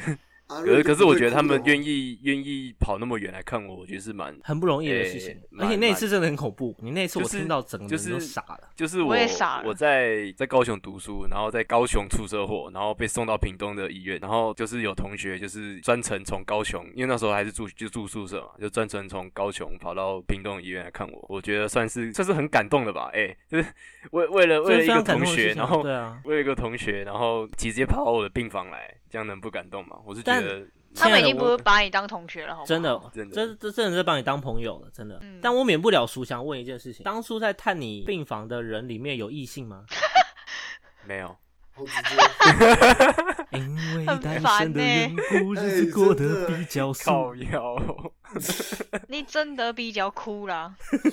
[SPEAKER 2] 阿
[SPEAKER 4] 可
[SPEAKER 2] 瑞
[SPEAKER 4] 是可是我觉得他们
[SPEAKER 2] 意
[SPEAKER 4] 愿意愿意跑那么远来看我，我觉得是蛮
[SPEAKER 1] 很不容易的事情，
[SPEAKER 4] 诶
[SPEAKER 1] 而且那一
[SPEAKER 4] 蛮
[SPEAKER 1] 次真的很恐怖。你那一次我
[SPEAKER 4] 就是
[SPEAKER 1] 听到整个人都
[SPEAKER 4] 就是
[SPEAKER 1] 傻了，
[SPEAKER 4] 就是
[SPEAKER 3] 我
[SPEAKER 4] 我
[SPEAKER 3] 也傻了
[SPEAKER 4] 我在在高雄读书，然后在高雄出车祸，然后被送到屏东的医院，然后就是有同学就是专程从高雄，因为那时候还是住就住宿舍嘛，就专程从高雄跑到屏东医院来看我，我觉得算是算是很感动的吧，哎、就是为为了为
[SPEAKER 1] 这
[SPEAKER 4] 了
[SPEAKER 1] 是非
[SPEAKER 4] 一个
[SPEAKER 1] 常感
[SPEAKER 4] 同
[SPEAKER 1] 动的事情
[SPEAKER 4] 学，然
[SPEAKER 1] 啊。
[SPEAKER 4] 后
[SPEAKER 1] 对啊，
[SPEAKER 4] 为了一个同学，然后直接跑到我的病房来，这样能不感动吗？我是觉
[SPEAKER 1] 但
[SPEAKER 4] 得
[SPEAKER 3] 他们
[SPEAKER 1] 亲爱
[SPEAKER 3] 已经
[SPEAKER 1] 的
[SPEAKER 3] 不
[SPEAKER 1] 我
[SPEAKER 3] 会把你当同学了，好吗
[SPEAKER 1] 真的，
[SPEAKER 4] 哦真的
[SPEAKER 1] 这这真的在把你当朋友了，真的
[SPEAKER 3] 嗯。
[SPEAKER 1] 但我免不了俗，想问一件事情：当初在探你病房的人里面有异性吗？
[SPEAKER 4] 没有。
[SPEAKER 2] 好直接，
[SPEAKER 1] 因为
[SPEAKER 3] 很
[SPEAKER 1] 单
[SPEAKER 3] 烦
[SPEAKER 1] 身的
[SPEAKER 3] 欸
[SPEAKER 1] 缘故，日子
[SPEAKER 2] 哎
[SPEAKER 1] 过
[SPEAKER 2] 真
[SPEAKER 1] 得
[SPEAKER 2] 的
[SPEAKER 1] 比较素
[SPEAKER 4] 靠。腰，
[SPEAKER 3] 你真的比较哭啦。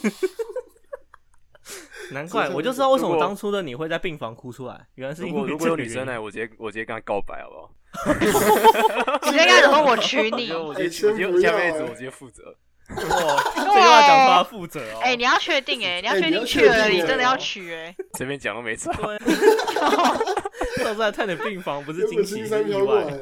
[SPEAKER 1] 难怪，
[SPEAKER 2] 真的
[SPEAKER 1] 我就知道为什么
[SPEAKER 4] 如果
[SPEAKER 1] 当初的你会在病房哭出来，原来是
[SPEAKER 4] 如
[SPEAKER 1] 因
[SPEAKER 4] 果
[SPEAKER 1] 为
[SPEAKER 4] 如果有
[SPEAKER 1] 这个
[SPEAKER 4] 女生
[SPEAKER 1] 原
[SPEAKER 4] 来，
[SPEAKER 1] 因，
[SPEAKER 4] 我直接我直接跟她告白好不好？
[SPEAKER 3] 你在开始说我娶 你，
[SPEAKER 4] 我
[SPEAKER 2] 哎
[SPEAKER 4] 接
[SPEAKER 2] 先不
[SPEAKER 4] 我接
[SPEAKER 2] 要
[SPEAKER 4] 下辈子
[SPEAKER 2] 哎
[SPEAKER 4] 我直接负责。
[SPEAKER 1] 哇，这个要讲出他负责哦。
[SPEAKER 3] 哎、你要确定哎、你要
[SPEAKER 2] 哎
[SPEAKER 3] 确
[SPEAKER 2] 你
[SPEAKER 3] 定
[SPEAKER 2] 要
[SPEAKER 3] 去
[SPEAKER 2] 确
[SPEAKER 3] 了，
[SPEAKER 2] 定
[SPEAKER 1] 欸
[SPEAKER 3] 你真
[SPEAKER 2] 哦
[SPEAKER 3] 的要娶哎、
[SPEAKER 4] 随便讲都没差。
[SPEAKER 1] 对啊， 上次来探你病 房不是
[SPEAKER 2] 又
[SPEAKER 1] 惊
[SPEAKER 2] 不
[SPEAKER 1] 喜
[SPEAKER 2] 新
[SPEAKER 1] 是
[SPEAKER 2] 三啊
[SPEAKER 1] 意
[SPEAKER 2] 飘过
[SPEAKER 1] 外。
[SPEAKER 2] 来。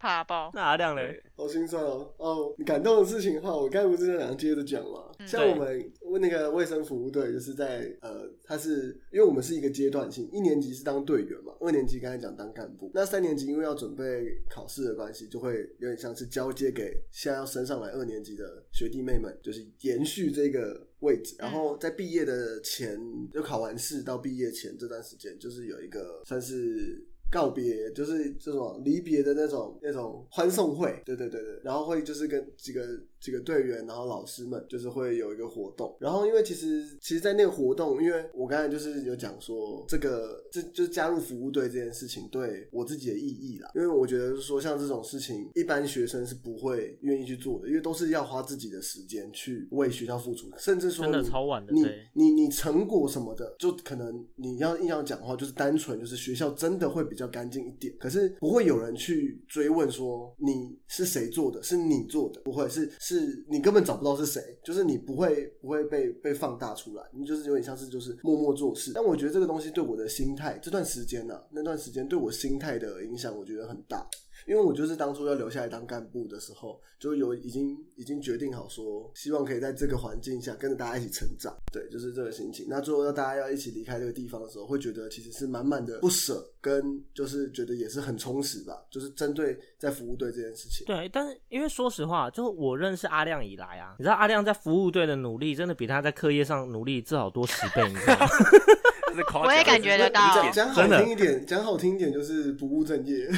[SPEAKER 3] 怕爆。
[SPEAKER 1] 那 阿亮嘞，
[SPEAKER 2] 好心酸哦！哦，你感动的事情的话，我刚才不是在讲接着讲嘛？像
[SPEAKER 1] 对
[SPEAKER 2] 我们那个卫生服务队，就是在呃，他是因为我们是一个阶段性，一年级是当队员嘛，二年级刚才讲当干部，那三年级因为要准备考试的关系，就会有点像是交接给现在要升上来二年级的学弟妹们，就是延续这个位置。然后在毕业的前，就考完试到毕业前这段时间，就是有一个算是告别，就是这种离别的那种那种欢送会，对对对对，然后会就是跟几个几个队员，然后老师们就是会有一个活动，然后因为其实其实，在那个活动，因为我刚才就是有讲说这个这就是加入服务队这件事情对我自己的意义啦，因为我觉得说像这种事情，一般学生是不会愿意去做的，因为都是要花自己的时间去为学校付出，甚至说
[SPEAKER 1] 真的
[SPEAKER 2] 你
[SPEAKER 1] 超晚的
[SPEAKER 2] 你
[SPEAKER 1] 对
[SPEAKER 2] 你你成果什么的，就可能你要硬要讲的话，就是单纯就是学校真的会比较干净一点，可是不会有人去追问说你是谁做的，是你做的，不会是是你根本找不到是谁，就是你不会不会被被放大出来，你就是有点像是就是默默做事。但我觉得这个东西对我的心态这段时间呢、啊那段时间对我心态的影响，我觉得很大。因为我就是当初要留下来当干部的时候，就有已经已经决定好说，希望可以在这个环境下跟着大家一起成长，对，就是这个心情。那最后要大家要一起离开这个地方的时候，会觉得其实是满满的不舍，跟就是觉得也是很充实吧，就是针对在服务队这件事情。
[SPEAKER 1] 对，但是因为说实话，就我认识阿亮以来啊，你知道阿亮在服务队的努力，真的比他在课业上努力至少多十倍，你知 道吗？
[SPEAKER 4] 这是夸
[SPEAKER 3] 我也
[SPEAKER 4] 奖
[SPEAKER 3] 感觉得到
[SPEAKER 2] 讲讲好
[SPEAKER 1] 真的
[SPEAKER 2] 听一点，讲好听一点就是不务正业。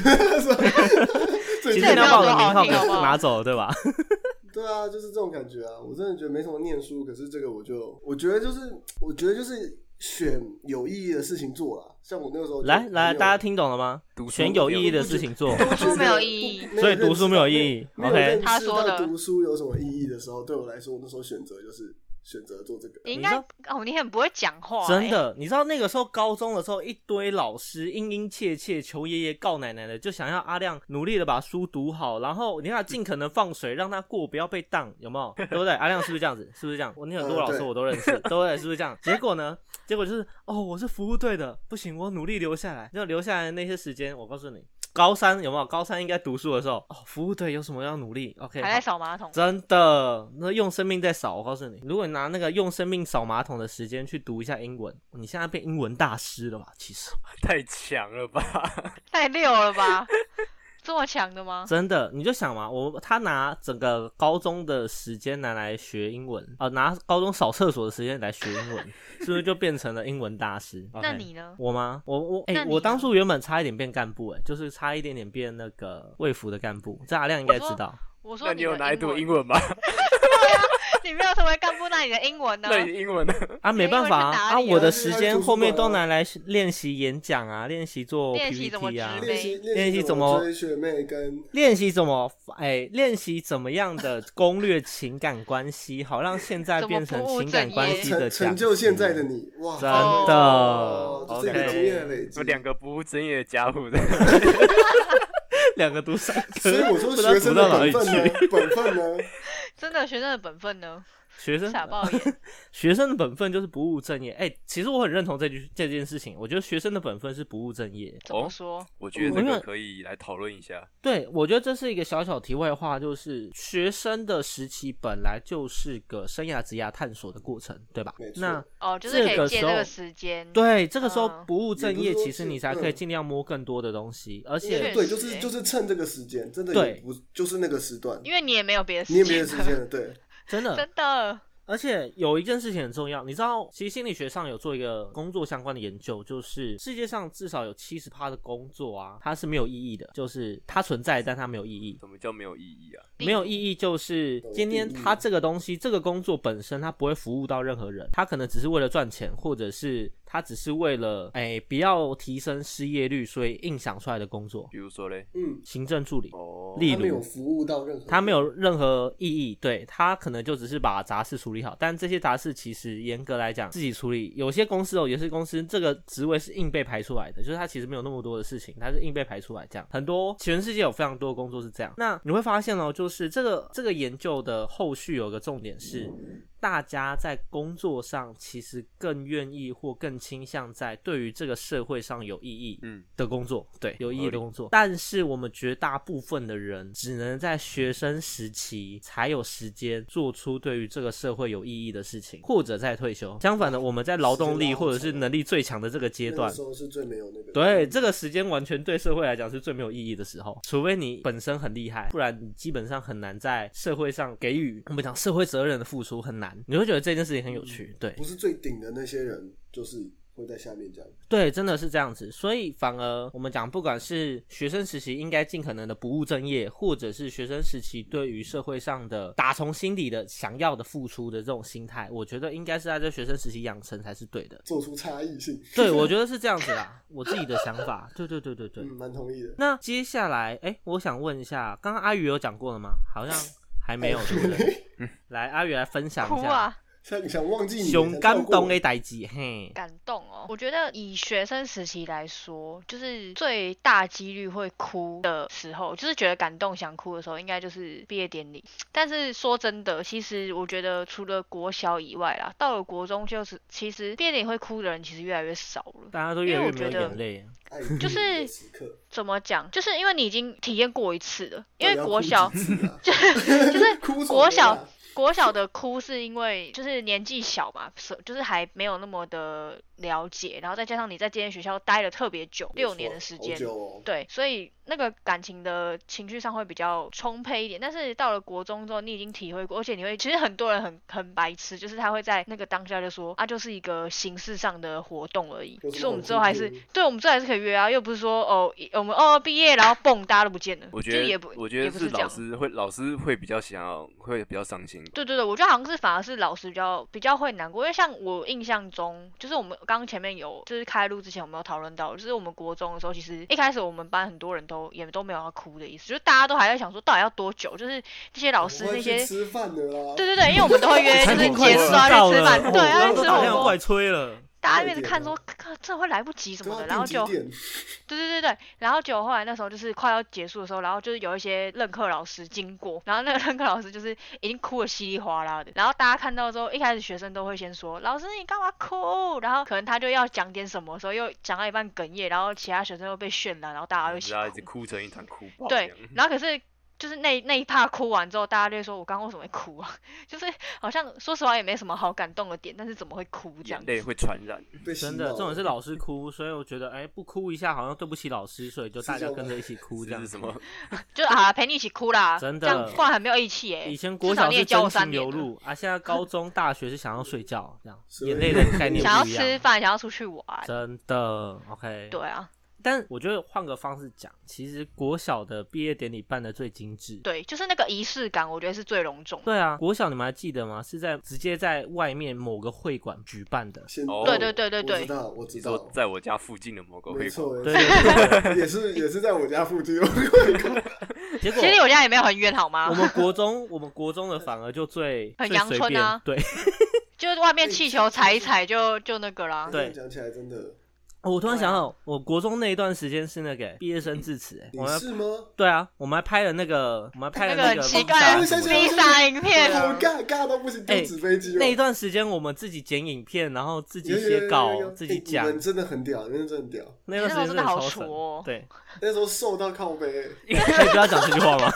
[SPEAKER 2] 最
[SPEAKER 1] 其
[SPEAKER 2] 近
[SPEAKER 1] 实你要把我的名号
[SPEAKER 3] 这也没有多好听好
[SPEAKER 1] 给
[SPEAKER 3] 不好
[SPEAKER 1] 拿走，对吧？
[SPEAKER 2] 对啊，就是这种感觉啊！我真的觉得没什么念书，可是这个我就我觉得就是我觉得就是选有意义的事情做啦。像我那个时候就
[SPEAKER 1] 来来，
[SPEAKER 2] 没有
[SPEAKER 1] 大家听懂了吗？
[SPEAKER 4] 读书
[SPEAKER 1] 选有意义的事情做。
[SPEAKER 3] 读书没有意义，
[SPEAKER 1] 所以读书没有意义
[SPEAKER 2] 没有
[SPEAKER 1] OK
[SPEAKER 2] 认识到
[SPEAKER 3] 他说的
[SPEAKER 2] 读书有什么意义的时候，对我来说，我那时候选择就是选择做这个。
[SPEAKER 3] 你应
[SPEAKER 1] 你
[SPEAKER 3] 该
[SPEAKER 1] 知
[SPEAKER 3] 哦，你很不会讲话、欸，
[SPEAKER 2] 哎
[SPEAKER 1] 真。哎的，你知道那个时候高中的时候，一堆老师殷殷切切求爷爷告奶奶的，就想要阿亮努力的把书读好，然后你看尽可能放水让他过，不要被当，有没有？ 对不对？阿亮是不是这样子？是不是这样？我那很多
[SPEAKER 2] 嗯
[SPEAKER 1] 老师
[SPEAKER 2] 对
[SPEAKER 1] 我都认识，对不对？是不是这样？结果呢？结果就是哦，我是服务队的，不行，我努力留下来，就留下来的那些时间，我告诉你。高三有没有？高三应该读书的时候，哦，服务队有什么要努力？OK，
[SPEAKER 3] 还在
[SPEAKER 1] 好
[SPEAKER 3] 扫马桶。
[SPEAKER 1] 真的，那用生命在扫。我告诉你，如果你拿那个用生命扫马桶的时间去读一下英文，你现在变英文大师了嘛？其实
[SPEAKER 4] 太强了吧？
[SPEAKER 3] 太溜了吧？这么强的吗？
[SPEAKER 1] 真的，你就想嘛，我他拿整个高中的时间拿来学英文，啊、拿高中扫厕所的时间来学 英文，是不是就变成了英文大师？OK
[SPEAKER 3] 那你呢？
[SPEAKER 1] 我吗？我我哎、
[SPEAKER 3] 那你
[SPEAKER 1] 我
[SPEAKER 3] 呢
[SPEAKER 1] 当初原本差一点变干部、哎，就是差一点点变那个卫服的干部，这阿亮应该知道。
[SPEAKER 3] 我说
[SPEAKER 4] 那你有
[SPEAKER 3] 的
[SPEAKER 4] 拿来读
[SPEAKER 3] 英
[SPEAKER 4] 英
[SPEAKER 3] 文？啊
[SPEAKER 4] 文吗？啊
[SPEAKER 3] 你没有成为干部，那你的英文呢？
[SPEAKER 4] 那你的英文呢？
[SPEAKER 1] 啊，没办法
[SPEAKER 3] 英文去
[SPEAKER 1] 啊，
[SPEAKER 3] 哪
[SPEAKER 1] 啊
[SPEAKER 3] 里
[SPEAKER 1] 我的
[SPEAKER 3] 啊
[SPEAKER 1] 时
[SPEAKER 2] 去
[SPEAKER 1] 间
[SPEAKER 2] 图书
[SPEAKER 1] 后面
[SPEAKER 2] 馆
[SPEAKER 1] 都
[SPEAKER 2] 啊
[SPEAKER 1] 拿来是练习演讲啊，练习做
[SPEAKER 3] 练习怎么
[SPEAKER 1] PPT 啊
[SPEAKER 3] 直，
[SPEAKER 2] 练习
[SPEAKER 3] 妹
[SPEAKER 1] 练习
[SPEAKER 2] 习
[SPEAKER 1] 怎
[SPEAKER 2] 怎
[SPEAKER 1] 么
[SPEAKER 2] 追学妹跟
[SPEAKER 1] 练习怎么哎，练习怎么样的攻略情感关系，好让现在
[SPEAKER 3] 怎么
[SPEAKER 1] 变
[SPEAKER 3] 不
[SPEAKER 1] 成
[SPEAKER 3] 务
[SPEAKER 1] 情
[SPEAKER 3] 正
[SPEAKER 1] 感关
[SPEAKER 3] 业
[SPEAKER 1] 系的
[SPEAKER 2] 成成
[SPEAKER 1] 讲
[SPEAKER 2] 就现在
[SPEAKER 1] 师
[SPEAKER 2] 的你，哇，
[SPEAKER 1] 真
[SPEAKER 3] 的
[SPEAKER 2] 哦这是一
[SPEAKER 1] OK
[SPEAKER 2] 个经验累积
[SPEAKER 4] 有。两个不务正业的家 伙的，
[SPEAKER 1] 两个读三科，
[SPEAKER 2] 所以我说
[SPEAKER 1] 不知道
[SPEAKER 2] 学生
[SPEAKER 1] 读到
[SPEAKER 2] 的
[SPEAKER 1] 哪里
[SPEAKER 2] 本分
[SPEAKER 1] 去。
[SPEAKER 2] 呢，本分呢，
[SPEAKER 3] 真的学生的本分呢？
[SPEAKER 1] 学生
[SPEAKER 3] 傻爆 眼。
[SPEAKER 1] 学生的本分就是不务正业。哎、其实我很认同这句这件事情，我觉得学生的本分是不务正业。
[SPEAKER 3] 怎么
[SPEAKER 4] 哦
[SPEAKER 3] 说？
[SPEAKER 4] 我觉得
[SPEAKER 1] 我
[SPEAKER 4] 这
[SPEAKER 1] 没
[SPEAKER 4] 个
[SPEAKER 1] 有
[SPEAKER 4] 可以来讨论一下。
[SPEAKER 1] 对，我觉得这是一个小小题外话，就是学生的时期本来就是个生涯职涯探索的过程，对吧
[SPEAKER 2] 没？错
[SPEAKER 1] 那
[SPEAKER 3] 哦，就是可
[SPEAKER 1] 这个
[SPEAKER 3] 以借
[SPEAKER 1] 时
[SPEAKER 3] 这
[SPEAKER 1] 候
[SPEAKER 3] 个时间。
[SPEAKER 1] 对这个时候
[SPEAKER 3] 嗯
[SPEAKER 1] 不务正
[SPEAKER 2] 也
[SPEAKER 1] 业，
[SPEAKER 2] 不是说
[SPEAKER 1] 其实
[SPEAKER 2] 是
[SPEAKER 1] 你才可以
[SPEAKER 2] 嗯
[SPEAKER 1] 尽量摸更多的东西，而
[SPEAKER 3] 确
[SPEAKER 1] 且
[SPEAKER 3] 实
[SPEAKER 2] 对，就是
[SPEAKER 3] 欸
[SPEAKER 2] 就是趁这个时间，真的
[SPEAKER 1] 对
[SPEAKER 2] 也不就是那个时段，
[SPEAKER 3] 因为你也没有别的
[SPEAKER 2] 你也
[SPEAKER 3] 事
[SPEAKER 2] 没有
[SPEAKER 3] 情
[SPEAKER 2] 时间
[SPEAKER 3] 了，
[SPEAKER 2] 了，对，
[SPEAKER 1] 真的
[SPEAKER 3] 真的。
[SPEAKER 1] 而且有一件事情很重要，你知道，其实心理学上有做一个工作相关的研究，就是世界上至少有七十趴的工作啊，它是没有意义的，就是它存在，但它没有意义。
[SPEAKER 4] 什么叫没有意义啊？
[SPEAKER 1] 没有意义就是今天它这个东西，这个工作本身它不会服务到任何人，它可能只是为了赚钱，或者是它只是为了哎不要提升失业率，所以硬想出来的工作，
[SPEAKER 4] 比如说嘞，
[SPEAKER 2] 嗯，
[SPEAKER 1] 行政助理，
[SPEAKER 4] 哦，
[SPEAKER 1] 例
[SPEAKER 2] 他没有
[SPEAKER 1] 如。
[SPEAKER 2] 服务到任何人，
[SPEAKER 1] 它没有任何意义，对它可能就只是把杂事处理好，但这些杂事其实严格来讲自己处理。有些公司哦，有些公司这个职位是硬被排出来的，就是它其实没有那么多的事情，它是硬被排出来这样。很多全世界有非常多的工作是这样。那你会发现哦，就是这个这个研究的后续有个重点是。大家在工作上其实更愿意或更倾向在对于这个社会上有意义，
[SPEAKER 4] 嗯，
[SPEAKER 1] 的工作，对，有意义
[SPEAKER 4] 合
[SPEAKER 1] 的
[SPEAKER 4] 理
[SPEAKER 1] 工作。但是我们绝大部分的人只能在学生时期才有时间做出对于这个社会有意义的事情，或者在退休。相反的，我们在劳动力或者是能力最强的这个阶
[SPEAKER 2] 那个
[SPEAKER 1] 段
[SPEAKER 4] 嗯
[SPEAKER 2] 时。候是最没有那个，
[SPEAKER 1] 对，这个时间完全对社会来讲是最没有意义的时候，除非你本身很厉害，不然你基本上很难在社会上给予我们讲社会责任的付出很难。你会觉得这件事情很有
[SPEAKER 4] 嗯
[SPEAKER 1] 趣，对，
[SPEAKER 2] 不是最顶的那些人，就是会在下面这样，。
[SPEAKER 1] 对，真的是这样子，所以反而我们讲，不管是学生时期应该尽可能的不务正业，或者是学生时期对于社会上的打从心底的想要的付出的这种心态，我觉得应该是在这学生时期养成才是对的
[SPEAKER 2] 做出差异性，
[SPEAKER 1] 对，我觉得是这样子啦，我自己的想法。对对对对对
[SPEAKER 2] 嗯，。蛮同意的。
[SPEAKER 1] 那接下来，哎、我想问一下，刚刚阿宇有讲过了吗？好像还没有，对不
[SPEAKER 2] 哎
[SPEAKER 1] 对？来，阿宇来分享一
[SPEAKER 3] 哭
[SPEAKER 1] 下，
[SPEAKER 3] 啊，
[SPEAKER 2] 想想忘记你，
[SPEAKER 1] 熊感动
[SPEAKER 2] 哎
[SPEAKER 1] 的，代志，嘿，
[SPEAKER 3] 感动哦！我觉得以学生时期来说，就是最大几率会哭的时候，就是觉得感动想哭的时候，应该就是毕业典礼。但是说真的，其实我觉得除了国小以外啦，到了国中就是其实毕业典礼会哭的人其实越来越少了。
[SPEAKER 1] 大家都越来越没
[SPEAKER 3] 因为
[SPEAKER 1] 有
[SPEAKER 3] 我觉得
[SPEAKER 1] 眼泪。
[SPEAKER 2] 爱你
[SPEAKER 3] 就是
[SPEAKER 2] 的时刻，
[SPEAKER 3] 怎么讲？就是因为你已经体验过一次了，因
[SPEAKER 2] 到底要
[SPEAKER 3] 为国
[SPEAKER 2] 哭
[SPEAKER 3] 小
[SPEAKER 2] 几次啊
[SPEAKER 3] 就是
[SPEAKER 2] 哭什么
[SPEAKER 3] 国小
[SPEAKER 2] 呀
[SPEAKER 3] 国小的哭是因为就是年纪小嘛，所就是还没有那么的了解，然后再加上你在这间学校待了特别久，六年的时
[SPEAKER 2] 好
[SPEAKER 3] 间
[SPEAKER 2] 久，哦
[SPEAKER 3] 对，所以那个感情的情绪上会比较充沛一点。但是到了国中之后，你已经体会过，而且你会，其实很多人很很白痴，就是他会在那个当下就说啊，就是一个形式上的活动而已。
[SPEAKER 2] 有什么
[SPEAKER 3] 所以我们
[SPEAKER 2] 好
[SPEAKER 3] 之后还
[SPEAKER 2] 庆
[SPEAKER 3] 是
[SPEAKER 2] 祝，
[SPEAKER 3] 对，我们之后还是可以约啊，又不是说哦，一我们哦毕业然后蹦，大家都不见了，
[SPEAKER 4] 我觉
[SPEAKER 3] 就也
[SPEAKER 4] 得
[SPEAKER 3] 不，
[SPEAKER 4] 我觉
[SPEAKER 3] 也
[SPEAKER 4] 得
[SPEAKER 3] 不
[SPEAKER 4] 是
[SPEAKER 3] 是这
[SPEAKER 4] 老
[SPEAKER 3] 样。
[SPEAKER 4] 师会，老师会比较想要，会比较伤心吧。
[SPEAKER 3] 对对对，我觉得好像是反而是老师比较比较会难过，因为像我印象中，就是我们刚刚前面有就是开录之前我们有讨论到，就是我们国中的时候，其实一开始我们班很多人都也都没有要哭的意思，就是大家都还在想说到底要多久，就是这些老师
[SPEAKER 2] 我会
[SPEAKER 3] 那
[SPEAKER 2] 去
[SPEAKER 3] 些。
[SPEAKER 2] 吃饭的啦，
[SPEAKER 3] 哎对对对，因为我们都会约，就
[SPEAKER 1] 餐
[SPEAKER 3] 是
[SPEAKER 1] 厅快
[SPEAKER 3] 结
[SPEAKER 1] 迟
[SPEAKER 3] 束
[SPEAKER 4] 啊
[SPEAKER 3] 要
[SPEAKER 1] 到
[SPEAKER 3] 去
[SPEAKER 1] 了，哦
[SPEAKER 3] 吃饭，对，
[SPEAKER 1] 我
[SPEAKER 3] 要
[SPEAKER 1] 刚
[SPEAKER 3] 去
[SPEAKER 1] 都
[SPEAKER 3] 吃
[SPEAKER 1] 打
[SPEAKER 3] 火
[SPEAKER 1] 电话过
[SPEAKER 3] 锅
[SPEAKER 1] 来。催了。
[SPEAKER 3] 大家
[SPEAKER 2] 快
[SPEAKER 3] 就一直
[SPEAKER 2] 点
[SPEAKER 3] 看
[SPEAKER 2] 啊
[SPEAKER 3] 说看这会来不及什
[SPEAKER 2] 对
[SPEAKER 3] 么
[SPEAKER 2] 啊
[SPEAKER 3] 的，然后
[SPEAKER 2] 定几
[SPEAKER 3] 就
[SPEAKER 2] 点
[SPEAKER 3] 对对对对，然后结果后来那时候就是快要结束的时候，然后就是有一些任课老师经过，然后那个任课老师就是已经哭得稀里哗啦的，然后大家看到之后，一开始学生都会先说老师你干嘛哭，然后可能他就要讲点什么的时候，又讲到一半哽咽，然后其他学生又被渲染，然后大家又起
[SPEAKER 4] 大嗯家一直
[SPEAKER 3] 哭，
[SPEAKER 4] 哭成一团哭爆。
[SPEAKER 3] 对，然后可是。就是那那一趴哭完之后，大家就会说：“我刚刚为什么会哭啊？” 就是好像说实话也没什么好感动的点，但是怎么会哭这样子？
[SPEAKER 4] 眼泪会传染。
[SPEAKER 2] 被洗
[SPEAKER 1] 真的，
[SPEAKER 4] 哦
[SPEAKER 2] 脑
[SPEAKER 1] 这种
[SPEAKER 2] 了
[SPEAKER 1] 是老师哭，所以我觉得，哎、不哭一下好像对不起老师，所以就是大
[SPEAKER 2] 这
[SPEAKER 1] 家
[SPEAKER 2] 样
[SPEAKER 1] 跟
[SPEAKER 2] 吗
[SPEAKER 1] 着一起哭这
[SPEAKER 4] 这
[SPEAKER 1] 样
[SPEAKER 4] 是
[SPEAKER 1] 子
[SPEAKER 4] 什。么？
[SPEAKER 3] 就啊，陪你一起哭啦，
[SPEAKER 1] 真
[SPEAKER 3] 这样
[SPEAKER 1] 的
[SPEAKER 3] 不然很没有义气耶、欸
[SPEAKER 1] 以前国
[SPEAKER 3] 至少
[SPEAKER 1] 小
[SPEAKER 3] 你
[SPEAKER 1] 是
[SPEAKER 3] 也教
[SPEAKER 1] 真
[SPEAKER 3] 我三
[SPEAKER 1] 情
[SPEAKER 3] 年
[SPEAKER 1] 流
[SPEAKER 3] 了
[SPEAKER 1] 露啊，现在高中、大学是想要睡觉，这样
[SPEAKER 2] 是
[SPEAKER 1] 眼泪的概念
[SPEAKER 3] 想要
[SPEAKER 1] 不一
[SPEAKER 3] 吃
[SPEAKER 1] 样。
[SPEAKER 3] 饭，想要出去玩，
[SPEAKER 1] 真的，OK。
[SPEAKER 3] 对啊，
[SPEAKER 1] 但我觉得换个方式讲，其实国小的毕业典礼办的最精致。
[SPEAKER 3] 对，就是那个仪式感，我觉得是最隆重的。
[SPEAKER 1] 对啊，国小你们还记得吗？是在直接在外面某个会馆举办的。
[SPEAKER 2] 先
[SPEAKER 4] 哦
[SPEAKER 3] 对对对对
[SPEAKER 2] 我知
[SPEAKER 3] 对，
[SPEAKER 2] 道，我知
[SPEAKER 4] 你说
[SPEAKER 2] 道，
[SPEAKER 4] 在我家附近的某个
[SPEAKER 2] 没
[SPEAKER 4] 会馆，
[SPEAKER 2] 错，
[SPEAKER 1] 对
[SPEAKER 2] 没
[SPEAKER 1] 对
[SPEAKER 2] 错也是也是在我家附近，
[SPEAKER 1] 对，结果
[SPEAKER 3] 其实我家也没有很远，好吗
[SPEAKER 1] 我？们国中我们国中的反而就最
[SPEAKER 3] 很
[SPEAKER 1] 最
[SPEAKER 3] 阳
[SPEAKER 1] 随
[SPEAKER 3] 春
[SPEAKER 1] 便
[SPEAKER 3] 啊
[SPEAKER 1] 对，
[SPEAKER 3] 就是外面气球踩一踩就就那个啦。
[SPEAKER 1] 对
[SPEAKER 2] 讲起来真的，
[SPEAKER 1] 哦我突然
[SPEAKER 3] 对啊
[SPEAKER 1] 想到，我国中那一段时间是那个欸毕业生致辞，哎，
[SPEAKER 2] 你
[SPEAKER 1] 我们
[SPEAKER 2] 是吗？
[SPEAKER 1] 对啊，我们还拍了那个，我们还拍了
[SPEAKER 3] 那个
[SPEAKER 1] 个
[SPEAKER 3] 很奇
[SPEAKER 1] Visa
[SPEAKER 3] 怪
[SPEAKER 1] 什么
[SPEAKER 3] 的
[SPEAKER 1] 的
[SPEAKER 2] 相信
[SPEAKER 3] 披萨影片
[SPEAKER 2] 好啊尬尬到不行，丢
[SPEAKER 1] 哎
[SPEAKER 2] 纸飞机哦。
[SPEAKER 1] 那一段时间，我们自己剪影片，然后自己
[SPEAKER 2] 有有有有
[SPEAKER 1] 写
[SPEAKER 2] 有
[SPEAKER 1] 稿
[SPEAKER 2] 有，
[SPEAKER 1] 自己
[SPEAKER 2] 哎
[SPEAKER 1] 讲
[SPEAKER 2] 你。们真的很屌，你们真的很屌。
[SPEAKER 1] 那段时间
[SPEAKER 3] 你那时候真
[SPEAKER 1] 的
[SPEAKER 3] 的好
[SPEAKER 1] 超
[SPEAKER 3] 挫
[SPEAKER 1] 神
[SPEAKER 3] 哦
[SPEAKER 1] 对，
[SPEAKER 2] 那时候瘦到靠背，哎
[SPEAKER 1] 可以不要讲这句话 吗？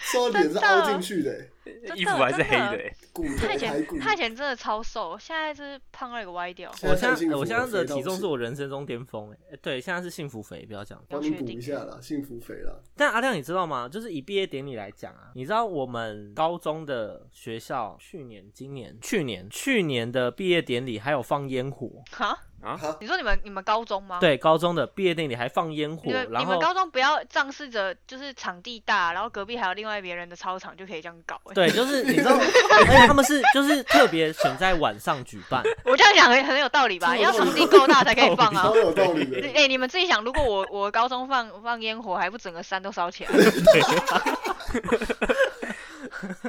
[SPEAKER 2] 瘦到脸是
[SPEAKER 3] 真的
[SPEAKER 2] 凹进去的，哎
[SPEAKER 3] 的
[SPEAKER 4] 衣服还是黑
[SPEAKER 3] 真的
[SPEAKER 4] 的、欸。
[SPEAKER 2] 骨头
[SPEAKER 3] 他以
[SPEAKER 2] 排骨
[SPEAKER 3] 前。他以前真的超瘦，现在是胖到一个歪掉。
[SPEAKER 1] 我
[SPEAKER 2] 太
[SPEAKER 1] 现
[SPEAKER 2] 幸
[SPEAKER 1] 在
[SPEAKER 2] 福
[SPEAKER 1] 我现在
[SPEAKER 2] 了
[SPEAKER 1] 的
[SPEAKER 2] 肥到
[SPEAKER 1] 体重
[SPEAKER 2] 不
[SPEAKER 1] 是
[SPEAKER 2] 行
[SPEAKER 1] 我人生中巅峰哎、哎对，现在是幸福肥，不要讲。
[SPEAKER 2] 帮你补一下啦，幸福肥啦。
[SPEAKER 1] 但阿亮，你知道吗？就是以毕业典礼来讲啊，你知道我们高中的学校去年、今年、去年、去年的毕业典礼还有放烟火，
[SPEAKER 3] 哈，
[SPEAKER 4] 啊
[SPEAKER 2] 哈，
[SPEAKER 3] 你说你们你们高中吗？。
[SPEAKER 1] 对，高中的毕业典礼还放烟火
[SPEAKER 3] 哦你们，
[SPEAKER 1] 然
[SPEAKER 3] 你
[SPEAKER 1] 后
[SPEAKER 3] 们高中不要仗势着就是场地大，然后隔壁还有另外别人的操场就可以这样搞、欸。，
[SPEAKER 1] 对，就是你知 道，而且他们是就是特别选在晚上举办，
[SPEAKER 3] 我这样讲很很有道理吧？
[SPEAKER 2] 这
[SPEAKER 3] 要
[SPEAKER 2] 么
[SPEAKER 3] 场
[SPEAKER 2] 多
[SPEAKER 3] 地够大才可以放 啊
[SPEAKER 2] 超。有道理的。
[SPEAKER 3] 哎、你们自己想，如果我我高中放放烟火，还不整个山都烧起来，对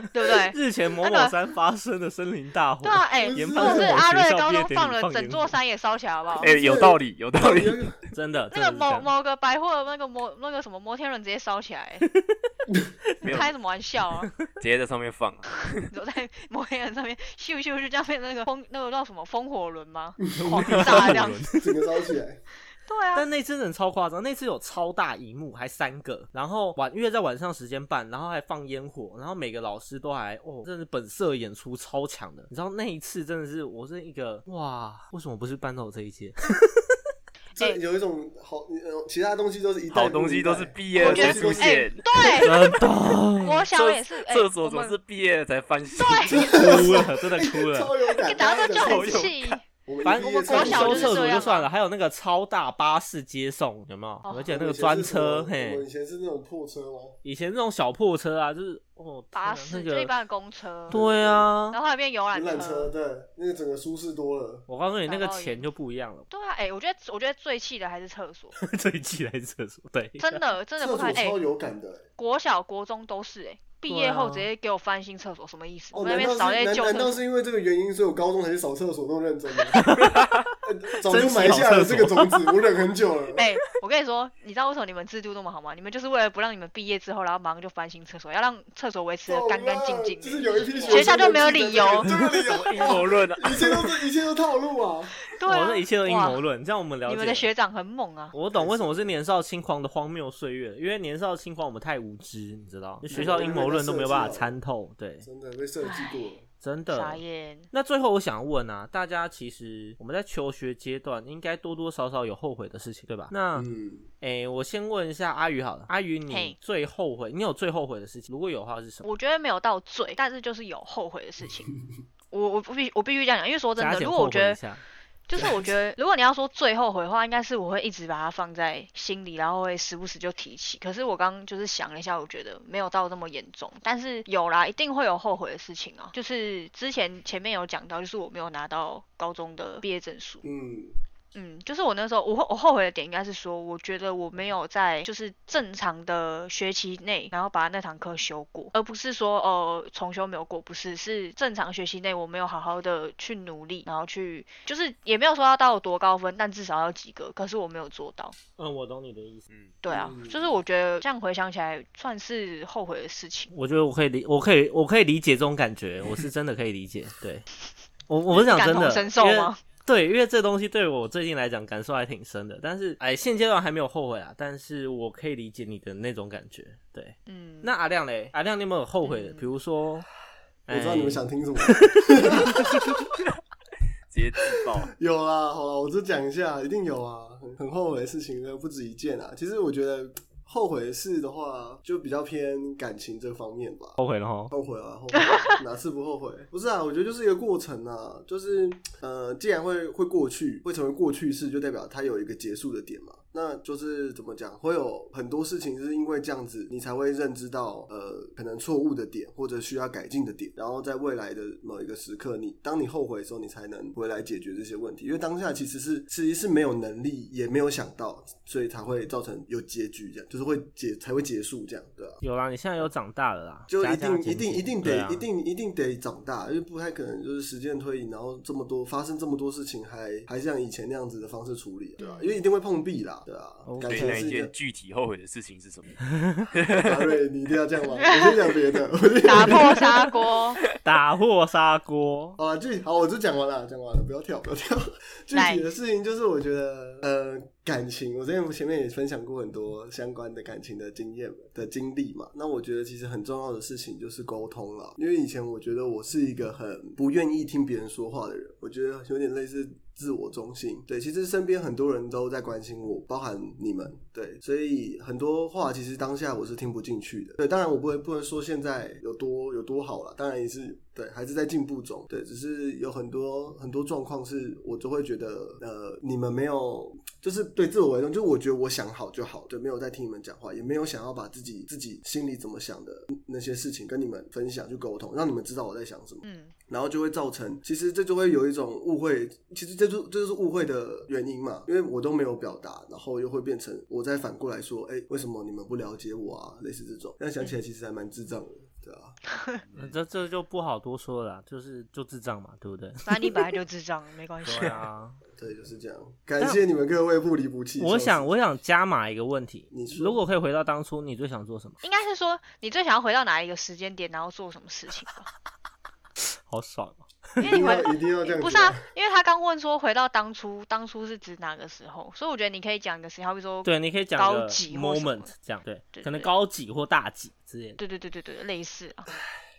[SPEAKER 3] 不对？
[SPEAKER 1] 日前某
[SPEAKER 3] 那个
[SPEAKER 1] 某山发生的森林大火
[SPEAKER 3] 对，啊，哎、
[SPEAKER 1] 研
[SPEAKER 3] 如
[SPEAKER 1] 发
[SPEAKER 3] 果是
[SPEAKER 1] 是我
[SPEAKER 3] 阿
[SPEAKER 1] 学
[SPEAKER 3] 瑞的
[SPEAKER 1] 校
[SPEAKER 3] 高
[SPEAKER 1] 毕业典
[SPEAKER 3] 中
[SPEAKER 1] 礼
[SPEAKER 3] 放了
[SPEAKER 1] 放
[SPEAKER 3] 整
[SPEAKER 1] 烟
[SPEAKER 3] 座
[SPEAKER 1] 火
[SPEAKER 3] 山也烧起来，好不好
[SPEAKER 4] 哎、？有道理，有道理。
[SPEAKER 1] 真的，
[SPEAKER 3] 那
[SPEAKER 1] 真
[SPEAKER 3] 个
[SPEAKER 1] 的是这
[SPEAKER 3] 某
[SPEAKER 1] 样
[SPEAKER 3] 某个百货那个摩那个什么摩天轮直接烧起 来，
[SPEAKER 4] 没有
[SPEAKER 3] 开什么玩笑啊！
[SPEAKER 4] 直接在上面放，啊
[SPEAKER 3] 走在 摩天轮上面咻咻咻，这样变成那个风那个叫什么风火 轮吗？狂炸这样子，
[SPEAKER 2] 整个烧起来，
[SPEAKER 3] 对啊，
[SPEAKER 1] 但那次真的超夸张，那次有超大荧幕，还三个，然后晚因为在晚上时间办，然后还放烟火，然后每个老师都还哦，真的是本色演出超强的。你知道那一次真的是我是一个哇，为什么不是搬到我这一届？
[SPEAKER 2] 这有一种好，呃其他东西都是一代
[SPEAKER 4] 好东西都是毕业
[SPEAKER 3] 我
[SPEAKER 4] 了
[SPEAKER 3] 觉
[SPEAKER 4] 才
[SPEAKER 3] 得
[SPEAKER 4] 出
[SPEAKER 3] 哎、
[SPEAKER 4] 现，
[SPEAKER 3] 对，
[SPEAKER 1] 真的
[SPEAKER 3] 我小也是，哎、
[SPEAKER 4] 厕所
[SPEAKER 3] 我
[SPEAKER 4] 总
[SPEAKER 3] 们
[SPEAKER 4] 是毕业了才翻新。
[SPEAKER 1] 哭了，真的哭了。
[SPEAKER 2] 超有感。
[SPEAKER 3] 讲到
[SPEAKER 2] 大家
[SPEAKER 3] 这就很
[SPEAKER 2] 讲说
[SPEAKER 3] 气。
[SPEAKER 2] 我们
[SPEAKER 1] 反正我们
[SPEAKER 2] 毕业
[SPEAKER 1] 国
[SPEAKER 2] 餐
[SPEAKER 1] 小
[SPEAKER 3] 就
[SPEAKER 1] 修
[SPEAKER 3] 是
[SPEAKER 1] 厕
[SPEAKER 3] 这
[SPEAKER 1] 所
[SPEAKER 3] 样
[SPEAKER 1] 就
[SPEAKER 3] 啊
[SPEAKER 1] 算了，还有那个超大巴士接送，有没有？
[SPEAKER 3] 哦
[SPEAKER 1] 而且那个专车，嘿
[SPEAKER 2] 我，们以前是那种破车吗？
[SPEAKER 1] 以前那种小破车啊，就是哦，
[SPEAKER 3] 巴
[SPEAKER 1] 天
[SPEAKER 3] 士
[SPEAKER 1] 哪
[SPEAKER 3] 就一
[SPEAKER 1] 那个，
[SPEAKER 3] 般的公车，
[SPEAKER 1] 对啊，
[SPEAKER 3] 然后还变游览
[SPEAKER 2] 游览车，对，那个整个舒适多了。
[SPEAKER 1] 我告诉你，
[SPEAKER 3] 打
[SPEAKER 1] 那个
[SPEAKER 3] 包
[SPEAKER 1] 钱
[SPEAKER 3] 赢。
[SPEAKER 1] 就不一样了
[SPEAKER 3] 对啊，哎、我觉得我觉得最气的还是 厕所，
[SPEAKER 1] 最气来是厕所，对，
[SPEAKER 3] 真的真
[SPEAKER 2] 厕
[SPEAKER 3] 的不
[SPEAKER 2] 所
[SPEAKER 3] 开。哎、
[SPEAKER 2] 超有感的、欸。
[SPEAKER 3] 国小国中都是哎、毕
[SPEAKER 1] 对
[SPEAKER 3] 业后
[SPEAKER 1] 啊
[SPEAKER 3] 直接给我翻新厕所，什么意思？
[SPEAKER 2] 哦，
[SPEAKER 3] 我们
[SPEAKER 2] 难
[SPEAKER 3] 那
[SPEAKER 2] 道
[SPEAKER 3] 边扫
[SPEAKER 2] 是
[SPEAKER 3] 那些
[SPEAKER 2] 难
[SPEAKER 3] 旧
[SPEAKER 2] 难道
[SPEAKER 3] 厕所，
[SPEAKER 2] 是因为这个原因，所以我高中才去扫厕所那么认 真吗？欸早就埋下了这个种子，我忍很 久了。
[SPEAKER 3] 哎、我跟你说，你知道为什么你们制度那么好吗？你们就是为了不让你们毕业之后，然后马上就翻新厕所，要让厕所维持的
[SPEAKER 2] 懂
[SPEAKER 3] 干干净
[SPEAKER 2] 了
[SPEAKER 3] 净
[SPEAKER 2] 哦就
[SPEAKER 3] 的。
[SPEAKER 2] 是有一批
[SPEAKER 3] 学校就没有
[SPEAKER 2] 生
[SPEAKER 3] 理由
[SPEAKER 2] 这个理由，
[SPEAKER 4] 阴谋论啊！
[SPEAKER 2] 一切都是一切都套路啊！
[SPEAKER 3] 对
[SPEAKER 1] 哇，
[SPEAKER 3] 啊，
[SPEAKER 1] 这一切都阴
[SPEAKER 3] 哇
[SPEAKER 1] 谋论。这样我们了解
[SPEAKER 3] 你们的学长很猛啊，
[SPEAKER 1] 我懂为什么是年少轻狂的荒谬岁月，因为年少轻狂我们太无知，你知道，就学校阴谋论都没有办法参透。对，
[SPEAKER 2] 真的被设计过了，
[SPEAKER 1] 真
[SPEAKER 3] 傻
[SPEAKER 1] 的。
[SPEAKER 3] 眼。
[SPEAKER 1] 那最后我想问啊，大家其实我们在求学阶段应该多多少少有后悔的事情，对吧？那
[SPEAKER 2] 嗯，
[SPEAKER 1] 诶、我先问一下阿宇好了，阿宇你
[SPEAKER 3] 嘿
[SPEAKER 1] 最后悔，你有最后悔的事情？如果有的话是什么？
[SPEAKER 3] 我觉得没有到最，但是就是有后悔的事 情。我我必须我必须这样讲，因为说真
[SPEAKER 1] 加
[SPEAKER 3] 的，
[SPEAKER 1] 减
[SPEAKER 3] 如
[SPEAKER 1] 后
[SPEAKER 3] 果我
[SPEAKER 1] 悔
[SPEAKER 3] 觉得
[SPEAKER 1] 一下，
[SPEAKER 3] 就是我觉得，如果你要说最后悔的话，应该是我会一直把它放在心里，然后会时不时就提起。可是我刚刚就是想了一下，我觉得没有到那么严重，但是有啦，一定会有后悔的事情啊。就是之前前面有讲到，就是我没有拿到高中的毕业证书，
[SPEAKER 2] 嗯，
[SPEAKER 3] 嗯，就是我那时候，我后我后悔的点应该是说，我觉得我没有在就是正常的学期内，然后把那堂课修过，而不是说哦、呃重修没有过，不是，是正常学期内我没有好好的去努力，然后去就是也没有说要到多高分，但至少要及格，可是我没有做到。
[SPEAKER 1] 嗯，我懂你的意思。
[SPEAKER 4] 嗯，
[SPEAKER 3] 对啊，就是我觉得这样回想起来算是后悔的事情。
[SPEAKER 1] 我觉得我可以理，我可以，我可以理解这种感觉，我是真的可以理解。 对，我我不是讲真
[SPEAKER 3] 感
[SPEAKER 1] 的，
[SPEAKER 3] 同身受
[SPEAKER 1] 因为
[SPEAKER 3] 吗
[SPEAKER 1] 对，因为这东西对我最近来讲感受还挺深的，但是哎，现阶段还没有后悔啊，但是我可以理解你的那种感觉。对，
[SPEAKER 3] 嗯，
[SPEAKER 1] 那阿亮嘞，阿亮你有没有后悔的？
[SPEAKER 3] 嗯
[SPEAKER 1] 比如说，
[SPEAKER 2] 我知道你们想
[SPEAKER 1] 哎
[SPEAKER 2] 听什么。
[SPEAKER 4] 直接自爆。
[SPEAKER 2] 有啊，好啦，我只讲一下，一定有啊，很很后悔的事情不止一件啊。其实我觉得后悔的事的话，就比较偏感情这方面吧。
[SPEAKER 1] 后悔了哈。
[SPEAKER 2] 后悔啊，后悔哪次不后悔？不是啊，我觉得就是一个过程啊，就是呃，既然会会过去，会成为过去式，就代表它有一个结束的点嘛。那就是怎么讲，会有很多事情是因为这样子，你才会认知到呃可能错误的点或者需要改进的点，然后在未来的某一个时刻，你当你后悔的时候，你才能回来解决这些问题。因为当下其实是其实是没有能力，也没有想到，所以才会造成有结局这样，就是会结才会结束这样，对啊。
[SPEAKER 1] 有啦，你现在有长大了啦，
[SPEAKER 2] 就
[SPEAKER 1] 加
[SPEAKER 2] 一
[SPEAKER 1] 加
[SPEAKER 2] 定
[SPEAKER 1] 减
[SPEAKER 2] 一定
[SPEAKER 1] 减
[SPEAKER 2] 一定
[SPEAKER 1] 对
[SPEAKER 2] 得、
[SPEAKER 1] 啊
[SPEAKER 2] 一定一定得长大，因为不太可能就是时间推移，然后这么多发生这么多事情还，还像以前那样子的方式处理，对吧、
[SPEAKER 3] 嗯
[SPEAKER 2] 因为一定会碰壁啦，对吧、
[SPEAKER 1] OK
[SPEAKER 2] 感
[SPEAKER 4] 所以
[SPEAKER 2] 情
[SPEAKER 4] 那
[SPEAKER 2] 是
[SPEAKER 4] 一
[SPEAKER 2] 一
[SPEAKER 4] 件
[SPEAKER 2] 个，
[SPEAKER 4] 具体后悔的事情是什么？
[SPEAKER 2] 阿瑞，你一定要这样吗？我先讲别的，我先
[SPEAKER 3] 打破砂锅，
[SPEAKER 1] 打破砂锅。
[SPEAKER 2] 好了，啊具体好，我就讲完了，讲完了，不要跳，不要跳。具
[SPEAKER 3] 来
[SPEAKER 2] 体的事情就是，我觉得呃，感情，我之前前面也分享过很多相关的感情的经验的经历嘛。那我觉得其实很重要的事情就是沟通了，因为以前我觉得我是一个很不愿意听别人说话的人，我觉得有点类似。自我中心，对，其实身边很多人都在关心我，包含你们，对，所以很多话其实当下我是听不进去的，对，当然我不会不能说现在有多有多好了，当然也是对，还是在进步中，对，只是有很多很多状况是我就会觉得，呃，你们没有，就是对自我为中，就我觉得我想好就好，对，没有在听你们讲话，也没有想要把自己自己心里怎么想的那些事情跟你们分享去沟通，让你们知道我在想什么，
[SPEAKER 3] 嗯
[SPEAKER 2] 然后就会造成，其实这就会有一种误会，其实这就这就是误会的原因嘛，因为我都没有表达，然后又会变成我再反过来说，哎，为什么你们不了解我啊？类似这种，但想起来其实还蛮智障的，对啊，
[SPEAKER 1] 那这这就不好多说了啦，就是就智障嘛，对不 对？
[SPEAKER 3] 反正你本来就智障，没关系。
[SPEAKER 1] 对啊，
[SPEAKER 2] 对，就是这样。感谢你们各位不离不弃。
[SPEAKER 1] 我想
[SPEAKER 2] 笑
[SPEAKER 1] 我想加码一个问题
[SPEAKER 2] 你，说
[SPEAKER 1] 如果可以回到当初，你最想做什么？
[SPEAKER 3] 应该是说你最想要回到哪一个时间点，然后做什么事情吧？
[SPEAKER 1] 好爽啊！
[SPEAKER 2] 死，
[SPEAKER 3] 因
[SPEAKER 2] 一定
[SPEAKER 3] 为你回
[SPEAKER 2] 要一定要这样子。
[SPEAKER 3] 不是啊，因为他刚问说回到当初，当初是指哪个时候，所以我觉得你可以讲一个时间，好比说，
[SPEAKER 1] 对，你可以讲
[SPEAKER 3] 高
[SPEAKER 1] 个
[SPEAKER 3] 级或什么
[SPEAKER 1] moment 这样，对，
[SPEAKER 3] 对
[SPEAKER 1] 可能
[SPEAKER 3] 对
[SPEAKER 1] 高级或大几之类的。
[SPEAKER 3] 对对对对对，类似啊，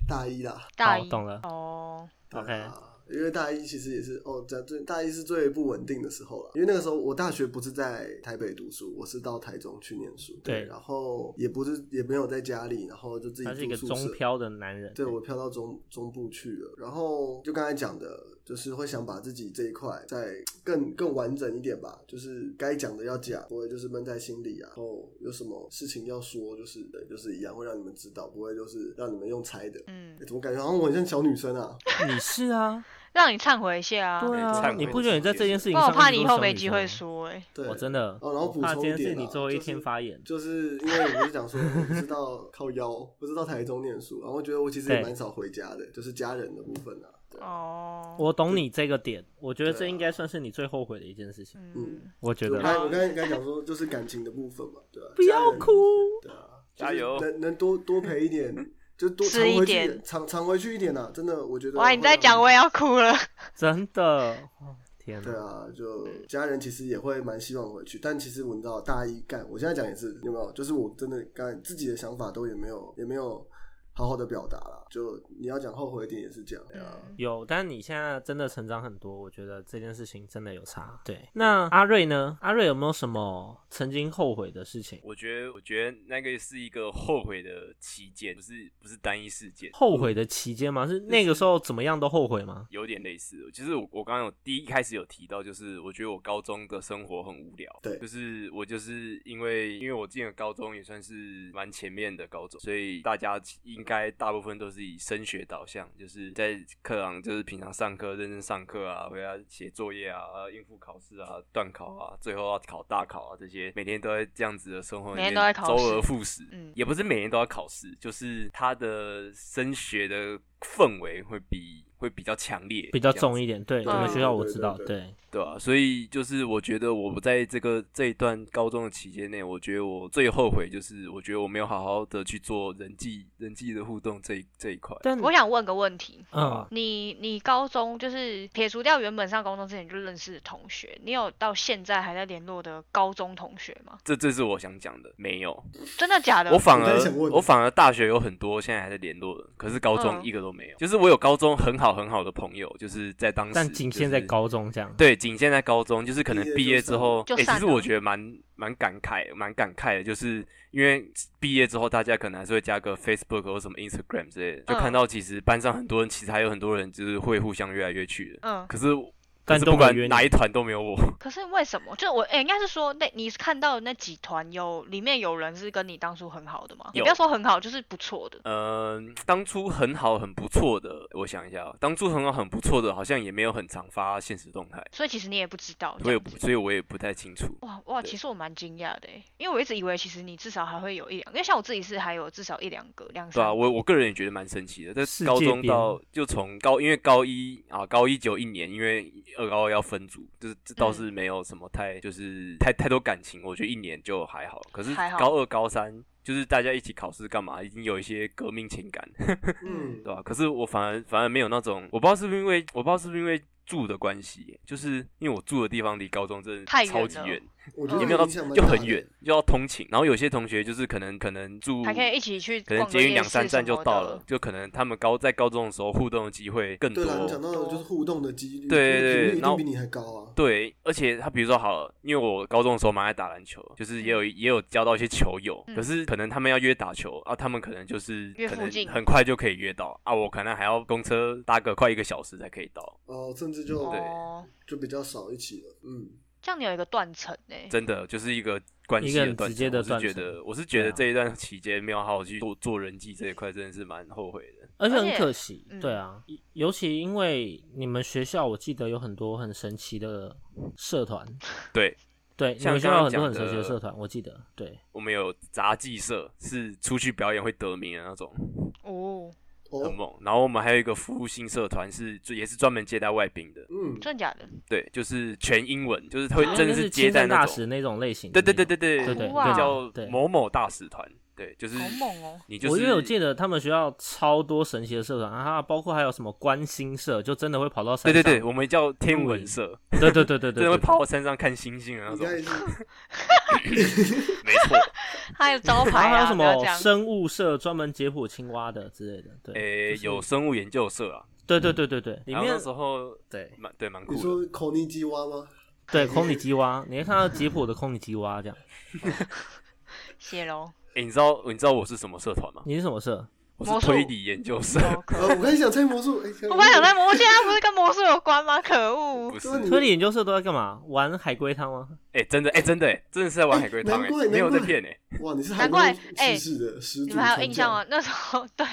[SPEAKER 2] 大一啦
[SPEAKER 1] 好
[SPEAKER 3] 大一
[SPEAKER 1] 懂了
[SPEAKER 3] 哦，
[SPEAKER 2] 对
[SPEAKER 1] OK，
[SPEAKER 2] 啊因为大一其实也是哦，在最大一是最不稳定的时候了。因为那个时候我大学不是在台北读书，我是到台中去念书。
[SPEAKER 1] 对
[SPEAKER 2] 然后也不是也没有在家里，然后就自己
[SPEAKER 1] 他是一个
[SPEAKER 2] 住宿
[SPEAKER 1] 中
[SPEAKER 2] 舍。
[SPEAKER 1] 漂的男人。
[SPEAKER 2] 对我飘到中中部去了，然后就刚才讲的，就是会想把自己这一块再更更完整一点吧，就是该讲的要讲，不会就是闷在心里啊。然后有什么事情要说，就是对，就是一样会让你们知道，不会就是让你们用猜的。哎
[SPEAKER 3] 嗯
[SPEAKER 2] 诶，怎么感觉好像我很像小女生啊？
[SPEAKER 1] 你是啊，
[SPEAKER 3] 让你忏悔一下 啊，
[SPEAKER 1] 对
[SPEAKER 4] 忏
[SPEAKER 1] 啊，
[SPEAKER 4] 悔
[SPEAKER 1] 你不觉得你在这件事
[SPEAKER 3] 不
[SPEAKER 1] 情
[SPEAKER 3] 然
[SPEAKER 1] 上一
[SPEAKER 3] 我
[SPEAKER 1] 直都是小女生吗，
[SPEAKER 3] 怕你以后没机会说哎、
[SPEAKER 2] 对，
[SPEAKER 1] 我真的。
[SPEAKER 2] 哦然后补
[SPEAKER 1] 我怕
[SPEAKER 2] 充
[SPEAKER 1] 今天
[SPEAKER 2] 一点
[SPEAKER 1] 是你
[SPEAKER 2] 啦
[SPEAKER 1] 最后一
[SPEAKER 2] 就是
[SPEAKER 1] 天发言，
[SPEAKER 2] 就是因为我是讲说，我不是到靠腰，不是到台中念书，然后我觉得我其实也
[SPEAKER 1] 对
[SPEAKER 2] 蛮少回家的，就是家人的部分啊。对，
[SPEAKER 3] 哦，
[SPEAKER 1] 我懂你这个点，我觉得
[SPEAKER 2] 对
[SPEAKER 1] 这
[SPEAKER 2] 啊
[SPEAKER 1] 应该算是你最后悔的一件事情。
[SPEAKER 3] 嗯，
[SPEAKER 1] 我觉
[SPEAKER 2] 就
[SPEAKER 1] 得
[SPEAKER 2] 我刚才我刚才刚才讲说，就是感情的部分嘛，对吧、啊
[SPEAKER 1] 不
[SPEAKER 2] 家
[SPEAKER 1] 要
[SPEAKER 2] 人
[SPEAKER 1] 哭，
[SPEAKER 2] 对啊，
[SPEAKER 4] 加
[SPEAKER 2] 就是
[SPEAKER 4] 油
[SPEAKER 2] 能能多多陪一点，就多
[SPEAKER 3] 吃
[SPEAKER 2] 常
[SPEAKER 3] 一
[SPEAKER 2] 回去
[SPEAKER 3] 点
[SPEAKER 2] 点，常常回去一点啊，真的，我觉得。
[SPEAKER 3] 哇，你在讲我也。要哭了，
[SPEAKER 1] 真 的，哦天
[SPEAKER 2] 对
[SPEAKER 1] 哪！
[SPEAKER 2] 啊，就家人其实也会蛮希望我回去，但其实我你知道大一干，我现在讲也是有没有？就是我真的干自己的想法都也没有也没有好好的表达啦。就你要讲后悔一点也是这样，对啊，
[SPEAKER 3] 嗯
[SPEAKER 1] 有，但你现在真的成长很多，我觉得这件事情真的有差。对，那阿瑞呢？阿瑞有没有什么曾经后悔的事情？
[SPEAKER 4] 我觉得，我觉得那个是一个后悔的期间，不是不是单一事件，
[SPEAKER 1] 后悔的期间吗？是那个时候怎么样都后悔吗？
[SPEAKER 4] 有点类似。其实我我刚刚有第一开始有提到，就是我觉得我高中的生活很无聊，
[SPEAKER 2] 对
[SPEAKER 4] 就是我就是因为因为我进了高中也算是蛮前面的高中，所以大家应应该大部分都是以升学导向，就是在课堂就是平常上课认真上课啊，回家写作业啊，呃应付考试啊、段考啊，最后要考大考啊这些，每天都在这样子的生活里
[SPEAKER 3] 每
[SPEAKER 4] 面
[SPEAKER 3] 天都在考
[SPEAKER 4] 周
[SPEAKER 3] 试
[SPEAKER 4] 而复始，
[SPEAKER 3] 嗯
[SPEAKER 4] 也不是每年都要考试，就是他的升学的氛围会比会比较强烈，
[SPEAKER 1] 比较
[SPEAKER 4] 这样子
[SPEAKER 1] 重一点。对，你
[SPEAKER 3] 对
[SPEAKER 1] 们
[SPEAKER 3] 对
[SPEAKER 1] 学校
[SPEAKER 2] 对
[SPEAKER 1] 我
[SPEAKER 2] 对
[SPEAKER 1] 知道，
[SPEAKER 2] 对
[SPEAKER 1] 对，
[SPEAKER 4] 对啊，所以就是我觉得我在这个这一段高中的期间内，我觉得我最后悔就是，我觉得我没有好好的去做人际人际的互动这一这一块。
[SPEAKER 1] 但
[SPEAKER 3] 我想问个问题，
[SPEAKER 1] 嗯，
[SPEAKER 3] 你你高中就是撇除掉原本上高中之前就认识的同学，你有到现在还在联络的高中同学吗？
[SPEAKER 4] 这这是我想讲的，没有，
[SPEAKER 3] 真的假
[SPEAKER 1] 啊
[SPEAKER 3] 的？
[SPEAKER 4] 我反
[SPEAKER 2] 我刚才
[SPEAKER 4] 而
[SPEAKER 2] 想问
[SPEAKER 4] 我反而大学有很多现在还在联络的，可是高中
[SPEAKER 1] 哦
[SPEAKER 3] 嗯
[SPEAKER 4] 一个都没有。就是我有高中很好很好的朋友，就是在当时、
[SPEAKER 1] 但仅限在，高中这样。
[SPEAKER 4] 对，仅限在高中，就是可能
[SPEAKER 2] 毕
[SPEAKER 4] 毕
[SPEAKER 2] 业
[SPEAKER 4] 业
[SPEAKER 2] 就
[SPEAKER 4] 之后，
[SPEAKER 3] 散
[SPEAKER 4] 哎、
[SPEAKER 3] 就
[SPEAKER 4] 其实
[SPEAKER 3] 散了
[SPEAKER 4] 我觉得蛮蛮感慨，蛮感慨的，就是因为毕业之后，大家可能还是会加个 Facebook 或什么 Instagram 之类的，就
[SPEAKER 3] 嗯
[SPEAKER 4] 看到其实班上很多人，其实还有很多人就是会互相约来约去的。
[SPEAKER 3] 嗯，
[SPEAKER 4] 可是，
[SPEAKER 1] 但
[SPEAKER 4] 可是
[SPEAKER 1] 都
[SPEAKER 4] 不
[SPEAKER 1] 没
[SPEAKER 4] 管
[SPEAKER 1] 约你
[SPEAKER 4] 哪一团都没有我，
[SPEAKER 3] 可是为什么？就我，哎、应该是说那你看到的那几团有里面有人是跟你当初很好的吗？也
[SPEAKER 4] 有
[SPEAKER 3] 不要说很好，就是不错的。
[SPEAKER 4] 嗯，当初很好很不错的，我想一下哦，当初很好很不错的，好像也没有很常发现实动态，
[SPEAKER 3] 所以其实你也不知道。这
[SPEAKER 4] 我也
[SPEAKER 3] 样
[SPEAKER 4] 不
[SPEAKER 3] 子
[SPEAKER 4] 所以我也不太清楚。
[SPEAKER 3] 哇哇，
[SPEAKER 4] 对
[SPEAKER 3] 其实我蛮惊讶的欸，因为我一直以为其实你至少还会有一两，因为像我自己是还有至少一两个两
[SPEAKER 4] 对
[SPEAKER 3] 三
[SPEAKER 4] 啊，
[SPEAKER 3] 个。
[SPEAKER 4] 我我个人也觉得蛮神奇的。但
[SPEAKER 1] 世
[SPEAKER 4] 高
[SPEAKER 1] 界
[SPEAKER 4] 中
[SPEAKER 1] 变
[SPEAKER 4] 到就从高，因为高一啊，高一只有一年，因为二高二要分组，就是这
[SPEAKER 3] 嗯
[SPEAKER 4] 倒是没有什么太就是太太多感情，我觉得一年就还好。可是
[SPEAKER 3] 还好
[SPEAKER 4] 高二高三就是大家一起考试干嘛，已经有一些革命情感，
[SPEAKER 2] 嗯，
[SPEAKER 4] 对吧、可是我反而反而没有那种，我不知道是不是因为我不知道是不是因为住的关系，就是因为我住的地方离高中真的
[SPEAKER 3] 太远
[SPEAKER 4] 超级
[SPEAKER 3] 了嗯
[SPEAKER 4] 远，
[SPEAKER 2] 我觉得
[SPEAKER 4] 也没有到
[SPEAKER 2] 影响蛮
[SPEAKER 4] 就
[SPEAKER 2] 大的
[SPEAKER 4] 很远，，就要通勤。然后有些同学就是可能可能住
[SPEAKER 3] 还可以一起去
[SPEAKER 4] 可能
[SPEAKER 3] 逛个
[SPEAKER 4] 捷运
[SPEAKER 3] 夜
[SPEAKER 4] 两
[SPEAKER 3] 市
[SPEAKER 4] 三
[SPEAKER 3] 什
[SPEAKER 4] 站就
[SPEAKER 3] 么
[SPEAKER 4] 到
[SPEAKER 3] 的
[SPEAKER 4] 了，就可能他们高在高中的时候互动的机会更多
[SPEAKER 2] 对。啦，啊你讲到的就是互动的几率，
[SPEAKER 4] 对
[SPEAKER 2] 就是频
[SPEAKER 4] 对
[SPEAKER 2] 率一
[SPEAKER 4] 然
[SPEAKER 2] 定
[SPEAKER 4] 后
[SPEAKER 2] 比你还高啊。
[SPEAKER 4] 对，而且他比如说好了，因为我高中的时候蛮爱打篮球，就是也有也有交到一些球友，
[SPEAKER 3] 嗯
[SPEAKER 4] 可是可能他们要约打球啊，他们可能就是
[SPEAKER 3] 约
[SPEAKER 4] 可
[SPEAKER 3] 附
[SPEAKER 4] 能
[SPEAKER 3] 近
[SPEAKER 4] 很快就可以约到啊，我可能还要公车搭个快一个小时才可以到，
[SPEAKER 2] 哦，甚至就
[SPEAKER 4] 嗯对
[SPEAKER 3] 哦，
[SPEAKER 2] 就比较少一起了。嗯，
[SPEAKER 3] 这样你有一个断层哎，
[SPEAKER 4] 真的就是一个关
[SPEAKER 1] 一
[SPEAKER 4] 系
[SPEAKER 1] 个
[SPEAKER 4] 的
[SPEAKER 1] 很
[SPEAKER 4] 断
[SPEAKER 1] 直接
[SPEAKER 4] 层。
[SPEAKER 1] 的
[SPEAKER 4] 我是觉
[SPEAKER 1] 断层
[SPEAKER 4] 得我是觉
[SPEAKER 1] 对
[SPEAKER 4] 得
[SPEAKER 1] 啊
[SPEAKER 4] 这一段期间没有好好去做做人际这一块，真的是蛮后悔的。
[SPEAKER 1] 而且
[SPEAKER 3] 而
[SPEAKER 1] 很
[SPEAKER 3] 且
[SPEAKER 1] 可惜，
[SPEAKER 3] 嗯
[SPEAKER 1] 对啊，尤其因为你们学校，我记得有很多很神奇的社团，
[SPEAKER 4] 对，
[SPEAKER 1] 对，你
[SPEAKER 4] 像
[SPEAKER 1] 们学
[SPEAKER 4] 刚
[SPEAKER 1] 校
[SPEAKER 4] 刚
[SPEAKER 1] 很多很神
[SPEAKER 4] 讲
[SPEAKER 1] 奇的
[SPEAKER 4] 的
[SPEAKER 1] 社团，我记得，对，
[SPEAKER 4] 我们有杂技社，是出去表演会得名的那种，
[SPEAKER 3] 哦，
[SPEAKER 4] 很
[SPEAKER 2] 哦，
[SPEAKER 4] 猛。然后我们还有一个服务性社团，是就也是专门接待外宾的，
[SPEAKER 2] 嗯，
[SPEAKER 3] 真的假的？
[SPEAKER 4] 对，就是全英文，就是会
[SPEAKER 1] 应
[SPEAKER 4] 真
[SPEAKER 1] 该
[SPEAKER 4] 的
[SPEAKER 1] 啊是
[SPEAKER 4] 接
[SPEAKER 1] 清
[SPEAKER 4] 待
[SPEAKER 1] 山
[SPEAKER 4] 那
[SPEAKER 1] 大使
[SPEAKER 4] 种。
[SPEAKER 1] 那种类型的
[SPEAKER 4] 对
[SPEAKER 1] 那
[SPEAKER 4] 对
[SPEAKER 1] 种，
[SPEAKER 4] 对对
[SPEAKER 1] 对
[SPEAKER 4] 对，
[SPEAKER 1] 对
[SPEAKER 3] 哇
[SPEAKER 4] 叫
[SPEAKER 1] 对
[SPEAKER 4] 某某大使团，对，就是
[SPEAKER 3] 好猛哦！
[SPEAKER 4] 你就
[SPEAKER 1] 我因为我记
[SPEAKER 4] 是。
[SPEAKER 1] 得他们学校超多神奇的社团啊，包括还有什么观星社，就真的会跑到山
[SPEAKER 4] 对
[SPEAKER 1] 上，
[SPEAKER 4] 对对，我们叫天
[SPEAKER 1] 露
[SPEAKER 4] 文
[SPEAKER 1] 营
[SPEAKER 4] 社，
[SPEAKER 1] 对对对对对
[SPEAKER 4] 真
[SPEAKER 1] 对
[SPEAKER 4] 的会跑到山上看星星的那
[SPEAKER 2] 应
[SPEAKER 4] 种
[SPEAKER 2] 该，是
[SPEAKER 4] 没错。
[SPEAKER 3] 还有招牌
[SPEAKER 1] 然后还
[SPEAKER 3] 啊，
[SPEAKER 1] 有什
[SPEAKER 3] 不要
[SPEAKER 1] 么
[SPEAKER 3] 这 样
[SPEAKER 1] 生物社，专门解剖青蛙的之类的， 对，
[SPEAKER 4] 诶，
[SPEAKER 1] 就是
[SPEAKER 4] 有生物研究社啊，
[SPEAKER 1] 对对对对对，里
[SPEAKER 4] 哎然后
[SPEAKER 1] 面
[SPEAKER 4] 那时候
[SPEAKER 1] 对
[SPEAKER 4] 蛮对蛮酷
[SPEAKER 2] 你
[SPEAKER 4] 的。
[SPEAKER 2] 说口尼基蛙吗？
[SPEAKER 1] 对空里基蛙，你会看到解剖的空里基蛙这样。
[SPEAKER 3] 谢 喽，
[SPEAKER 4] 诶，你知道你知道我是什么社团吗？
[SPEAKER 1] 你是什么社？
[SPEAKER 4] 我
[SPEAKER 3] 魔
[SPEAKER 4] 是
[SPEAKER 3] 术
[SPEAKER 4] 推理研究社，
[SPEAKER 3] 哦可
[SPEAKER 2] 呃，我刚才想猜魔术，哎，
[SPEAKER 3] 我本来想在魔界，它不是跟魔术有关吗？可恶！
[SPEAKER 4] 不是
[SPEAKER 2] 对啊你
[SPEAKER 1] 推理研究社都在干嘛？玩海龟汤吗？
[SPEAKER 4] 哎，真的，哎，真的，哎，真的是在玩海龟汤，
[SPEAKER 2] 难
[SPEAKER 4] 哎
[SPEAKER 2] 怪，
[SPEAKER 4] 没有在
[SPEAKER 2] 难怪
[SPEAKER 4] 骗，哎，
[SPEAKER 2] 哇，你是
[SPEAKER 3] 难怪哎
[SPEAKER 2] 哎，世的始祖
[SPEAKER 3] 你们还有
[SPEAKER 2] 传
[SPEAKER 3] 印象
[SPEAKER 2] 教
[SPEAKER 3] 吗？？那 时候对，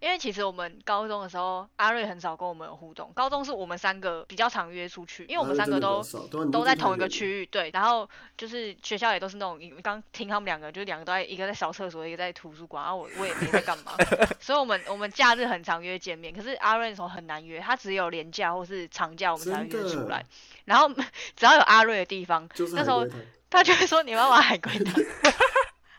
[SPEAKER 3] 因为其实我们高中的时候，阿瑞很少跟我们有互动。高中是我们三个比较常约出去，因为我们
[SPEAKER 2] 啊那
[SPEAKER 3] 三
[SPEAKER 2] 真的
[SPEAKER 3] 个
[SPEAKER 2] 比较
[SPEAKER 3] 都
[SPEAKER 2] 少对啊你
[SPEAKER 3] 都
[SPEAKER 2] 住
[SPEAKER 3] 在
[SPEAKER 2] 太
[SPEAKER 3] 同一个
[SPEAKER 2] 远了
[SPEAKER 3] 区域，对。然后就是学校也都是那种，你刚听他们两个，就是两个都在，一个在扫厕所，一个在图书馆。然后我我也没在干嘛， 所以我们我们假日很常约见面。可是阿瑞那时候很难约，他只有连假或是长假我们才会
[SPEAKER 2] 真
[SPEAKER 3] 约出
[SPEAKER 2] 的
[SPEAKER 3] 来。 然后只要有阿瑞的地方，
[SPEAKER 2] 就是
[SPEAKER 3] 那
[SPEAKER 2] 海
[SPEAKER 3] 时候
[SPEAKER 2] 龟汤
[SPEAKER 3] 他就会说你们要玩海龟汤，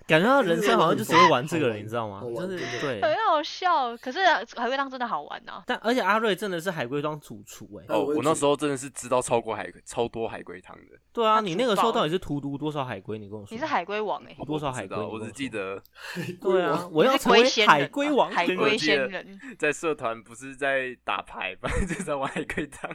[SPEAKER 1] 感觉到人生好像就只会玩这个了，你知道吗？
[SPEAKER 2] 好玩
[SPEAKER 1] 就是
[SPEAKER 2] 真的
[SPEAKER 1] 对。
[SPEAKER 3] 很好笑。可是海龟汤真的好玩呐、啊
[SPEAKER 1] 但而且阿瑞真的是海龟汤主厨哎、
[SPEAKER 2] 哦
[SPEAKER 4] 哦，
[SPEAKER 2] 我也
[SPEAKER 4] 我那
[SPEAKER 2] 觉
[SPEAKER 4] 时候真的是知道超过海超多海龟汤的，
[SPEAKER 1] 对
[SPEAKER 3] 他
[SPEAKER 1] 啊，
[SPEAKER 3] 煮
[SPEAKER 1] 你那个时
[SPEAKER 3] 爆
[SPEAKER 1] 候
[SPEAKER 3] 了
[SPEAKER 1] 到底是荼毒多少海龟？你跟我说。
[SPEAKER 3] 你是海龟王哎、
[SPEAKER 4] 我
[SPEAKER 1] 多少
[SPEAKER 4] 不
[SPEAKER 1] 海
[SPEAKER 4] 知
[SPEAKER 1] 龟
[SPEAKER 4] 道
[SPEAKER 1] 你
[SPEAKER 4] 我
[SPEAKER 1] 跟
[SPEAKER 4] 只
[SPEAKER 1] 我
[SPEAKER 4] 记得
[SPEAKER 1] 对 啊，我
[SPEAKER 3] 你
[SPEAKER 1] 要
[SPEAKER 3] 是
[SPEAKER 1] 成
[SPEAKER 3] 龟
[SPEAKER 1] 为
[SPEAKER 3] 仙
[SPEAKER 1] 海
[SPEAKER 3] 人
[SPEAKER 1] 龟
[SPEAKER 3] 吧
[SPEAKER 1] 王。
[SPEAKER 3] 海
[SPEAKER 1] 对
[SPEAKER 4] 我
[SPEAKER 3] 龟
[SPEAKER 4] 记
[SPEAKER 3] 仙
[SPEAKER 4] 得
[SPEAKER 3] 人。
[SPEAKER 4] 在社团不是在打牌吧， 就是在玩海龟汤。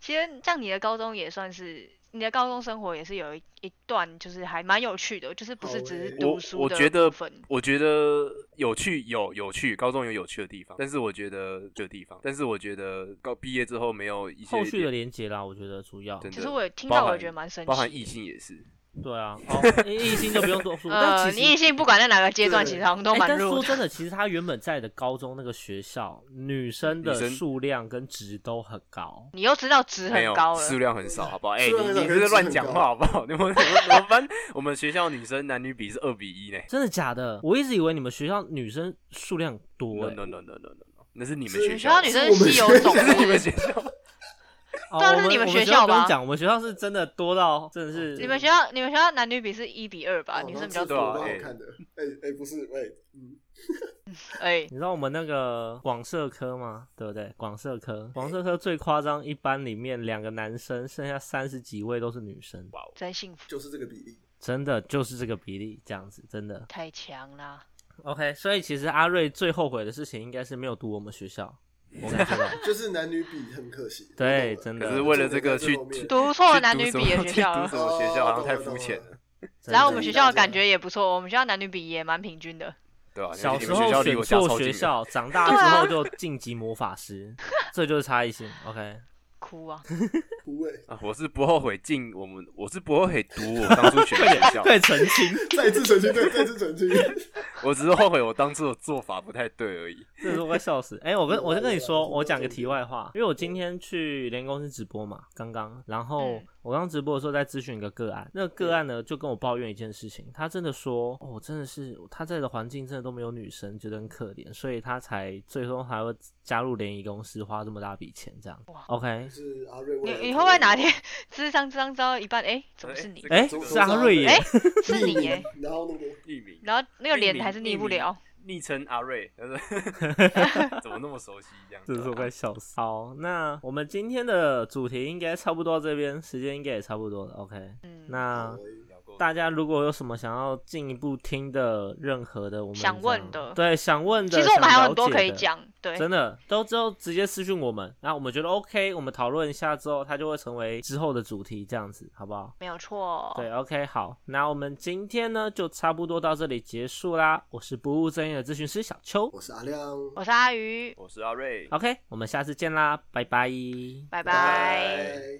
[SPEAKER 3] 其实像你的高中也算是，你的高中生活也是有一一段，就是还蛮有趣的，就是不
[SPEAKER 2] 好
[SPEAKER 3] 是只
[SPEAKER 2] 欸
[SPEAKER 3] 是
[SPEAKER 4] 哦我
[SPEAKER 3] 读书
[SPEAKER 4] 我
[SPEAKER 3] 的
[SPEAKER 4] 觉得
[SPEAKER 3] 部分。
[SPEAKER 4] 我觉得有趣有有趣，高中有有趣的地方，但是我觉得这个地方，但是我觉得高毕业之后没有一些
[SPEAKER 1] 后续的连接啦，我觉得主要
[SPEAKER 4] 真
[SPEAKER 3] 只是
[SPEAKER 4] 的
[SPEAKER 3] 我也听
[SPEAKER 4] 包
[SPEAKER 3] 到，我也
[SPEAKER 4] 含
[SPEAKER 3] 觉得蛮神
[SPEAKER 4] 包含
[SPEAKER 3] 奇。
[SPEAKER 4] 异性也是，
[SPEAKER 1] 对啊，哦， 异性就不用多说，
[SPEAKER 3] 呃，
[SPEAKER 1] 但
[SPEAKER 3] 你
[SPEAKER 1] 其
[SPEAKER 3] 异
[SPEAKER 1] 实。
[SPEAKER 3] 性不管在哪个阶段，
[SPEAKER 2] 对
[SPEAKER 3] 其实好像都
[SPEAKER 1] 哎
[SPEAKER 3] 蛮
[SPEAKER 1] 但
[SPEAKER 3] 弱
[SPEAKER 1] 说
[SPEAKER 3] 的。
[SPEAKER 1] 真的，其实他原本在的高中那个学校，女生的
[SPEAKER 4] 女生
[SPEAKER 1] 数量跟值都很高。
[SPEAKER 3] 你又知道值
[SPEAKER 4] 没
[SPEAKER 3] 很
[SPEAKER 4] 有
[SPEAKER 3] 高
[SPEAKER 4] 数
[SPEAKER 3] 了，
[SPEAKER 4] 量很少，好不好？哎、
[SPEAKER 2] 数量很
[SPEAKER 4] 你
[SPEAKER 2] 少
[SPEAKER 4] 你
[SPEAKER 2] 可
[SPEAKER 4] 这
[SPEAKER 2] 是
[SPEAKER 4] 是乱
[SPEAKER 2] 质
[SPEAKER 4] 讲
[SPEAKER 2] 很
[SPEAKER 4] 话，好不好？你 们我们我们班我们学校女生男女比是二比一呢。
[SPEAKER 1] 真的假的？我一直以为你们学校女生数量很多、
[SPEAKER 4] No
[SPEAKER 1] 欸
[SPEAKER 4] no no no no no，no，那是你们
[SPEAKER 2] 是
[SPEAKER 4] 学
[SPEAKER 2] 学
[SPEAKER 3] 你知
[SPEAKER 4] 校
[SPEAKER 3] 道
[SPEAKER 4] 的，
[SPEAKER 3] 女
[SPEAKER 2] 是
[SPEAKER 3] 生
[SPEAKER 2] 我们
[SPEAKER 3] 稀有
[SPEAKER 2] 学
[SPEAKER 3] 种
[SPEAKER 4] 这是你
[SPEAKER 3] 子
[SPEAKER 4] 们，学校。
[SPEAKER 1] 哦
[SPEAKER 3] 对啊
[SPEAKER 1] 我
[SPEAKER 3] 那是你
[SPEAKER 1] 们
[SPEAKER 3] 们
[SPEAKER 1] 我
[SPEAKER 3] 学
[SPEAKER 1] 学
[SPEAKER 3] 校
[SPEAKER 1] 不用
[SPEAKER 3] 吧
[SPEAKER 1] 讲，我们学校是真的多到真的是
[SPEAKER 3] 你们学校你们学校男女比是一比二吧？
[SPEAKER 2] 哦
[SPEAKER 3] 女
[SPEAKER 2] 那
[SPEAKER 3] 生比
[SPEAKER 2] 制
[SPEAKER 3] 较
[SPEAKER 2] 服
[SPEAKER 4] 对啊
[SPEAKER 3] 多。
[SPEAKER 2] 蛮
[SPEAKER 4] 哎
[SPEAKER 2] 好看的。哎哎，不是，哎，嗯，
[SPEAKER 3] 哎，
[SPEAKER 1] 你知道我们那个广社科吗？对不对？广社科，广社科最夸张，一班里面两个男生，剩下三十几位都是女生，
[SPEAKER 4] 哦
[SPEAKER 3] 真幸福，
[SPEAKER 2] 就是这个比例。
[SPEAKER 1] 真的就是这个比例，这样子真的。
[SPEAKER 3] 太强啦！
[SPEAKER 1] OK，所以其实阿瑞最后悔的事情应该是没有读我们学 校，我感觉 到
[SPEAKER 2] 就是男女比很可惜。
[SPEAKER 1] 对
[SPEAKER 2] 我懂
[SPEAKER 1] 真
[SPEAKER 2] 了
[SPEAKER 1] 的
[SPEAKER 4] 可是为了这个去
[SPEAKER 2] 去
[SPEAKER 3] 读错了
[SPEAKER 4] 去
[SPEAKER 3] 男
[SPEAKER 4] 读
[SPEAKER 3] 女
[SPEAKER 4] 什
[SPEAKER 3] 比
[SPEAKER 4] 么
[SPEAKER 3] 的学校啊了
[SPEAKER 4] 去读，什么学校好像太肤浅
[SPEAKER 2] 哦
[SPEAKER 4] 了，
[SPEAKER 1] 真的
[SPEAKER 3] 然后我们学校
[SPEAKER 2] 大家
[SPEAKER 3] 感觉也不错，我们学校男女比也蛮平均的。
[SPEAKER 4] 对吧、啊？
[SPEAKER 1] 小
[SPEAKER 4] 你
[SPEAKER 1] 时
[SPEAKER 4] 们学
[SPEAKER 1] 候
[SPEAKER 4] 校离
[SPEAKER 1] 选
[SPEAKER 4] 我家
[SPEAKER 1] 错
[SPEAKER 4] 超
[SPEAKER 1] 学
[SPEAKER 4] 近 的。
[SPEAKER 1] 校，长大之后就晋级魔法师，这就是差异性。OK，
[SPEAKER 3] 哭啊！
[SPEAKER 2] 不会
[SPEAKER 4] 啊，我是不后悔进我们，我是不后悔读我当初选的学 校，
[SPEAKER 1] 快澄清，
[SPEAKER 2] 再次澄清，对，再次澄清。
[SPEAKER 4] 我只是后悔我当初的做法不太对而已。
[SPEAKER 1] 这是我快笑死！哎、我跟我就跟你说，我讲个题外话，因为我今
[SPEAKER 2] 嗯
[SPEAKER 1] 天去联公司直播嘛，刚刚，然后
[SPEAKER 3] 嗯
[SPEAKER 1] 我刚直播的时候在咨询一个个案，那个个案呢就跟我抱怨一件事情，他真的说，哦，真的是他在的环境真的都没有女生，觉得很可怜，所以他才最终还会加入联谊公司，花这么大笔钱这样
[SPEAKER 3] 哇。
[SPEAKER 1] OK，
[SPEAKER 2] 是阿瑞，
[SPEAKER 3] 你你会不会哪天 智商智商招一半？哎，怎么是你？
[SPEAKER 1] 哎、
[SPEAKER 4] 这个
[SPEAKER 1] 是阿瑞耶，
[SPEAKER 3] 哎
[SPEAKER 2] 是
[SPEAKER 3] 是你耶！
[SPEAKER 2] 然后那个
[SPEAKER 4] 匿名，
[SPEAKER 3] 然后那个
[SPEAKER 4] 匿
[SPEAKER 3] 脸
[SPEAKER 4] 名
[SPEAKER 3] 还是
[SPEAKER 4] 匿
[SPEAKER 3] 逆不
[SPEAKER 4] 名
[SPEAKER 3] 了。
[SPEAKER 4] 昵称 阿瑞， 但是怎么那么熟悉这样？啊
[SPEAKER 1] 这是我快笑死。好，那我们今天的主题应该差不多到这边，时间应该也差不多了。OK，
[SPEAKER 3] 嗯，
[SPEAKER 1] 那。
[SPEAKER 4] 聊过
[SPEAKER 1] 大家如果有什么想要进一步听的任何的，我们
[SPEAKER 3] 想问的
[SPEAKER 1] 对想问的，
[SPEAKER 3] 其实我们还
[SPEAKER 1] 想
[SPEAKER 3] 有
[SPEAKER 1] 了
[SPEAKER 3] 很多
[SPEAKER 1] 解
[SPEAKER 3] 可以
[SPEAKER 1] 的，
[SPEAKER 3] 讲，对，
[SPEAKER 1] 真的都之后直接私讯我们，那我们觉得 OK，我们讨论一下之后，它就会成为之后的主题，这样子好不好？
[SPEAKER 3] 没有错。
[SPEAKER 1] 对，OK，好，那我们今天呢就差不多到这里结束啦。我是不务正业的咨询师小秋
[SPEAKER 2] 我是阿亮，
[SPEAKER 3] 我是阿鱼，
[SPEAKER 4] 我是阿瑞，
[SPEAKER 1] ，OK，我们下次见啦，拜拜。
[SPEAKER 3] 拜拜
[SPEAKER 4] 拜拜
[SPEAKER 2] 拜。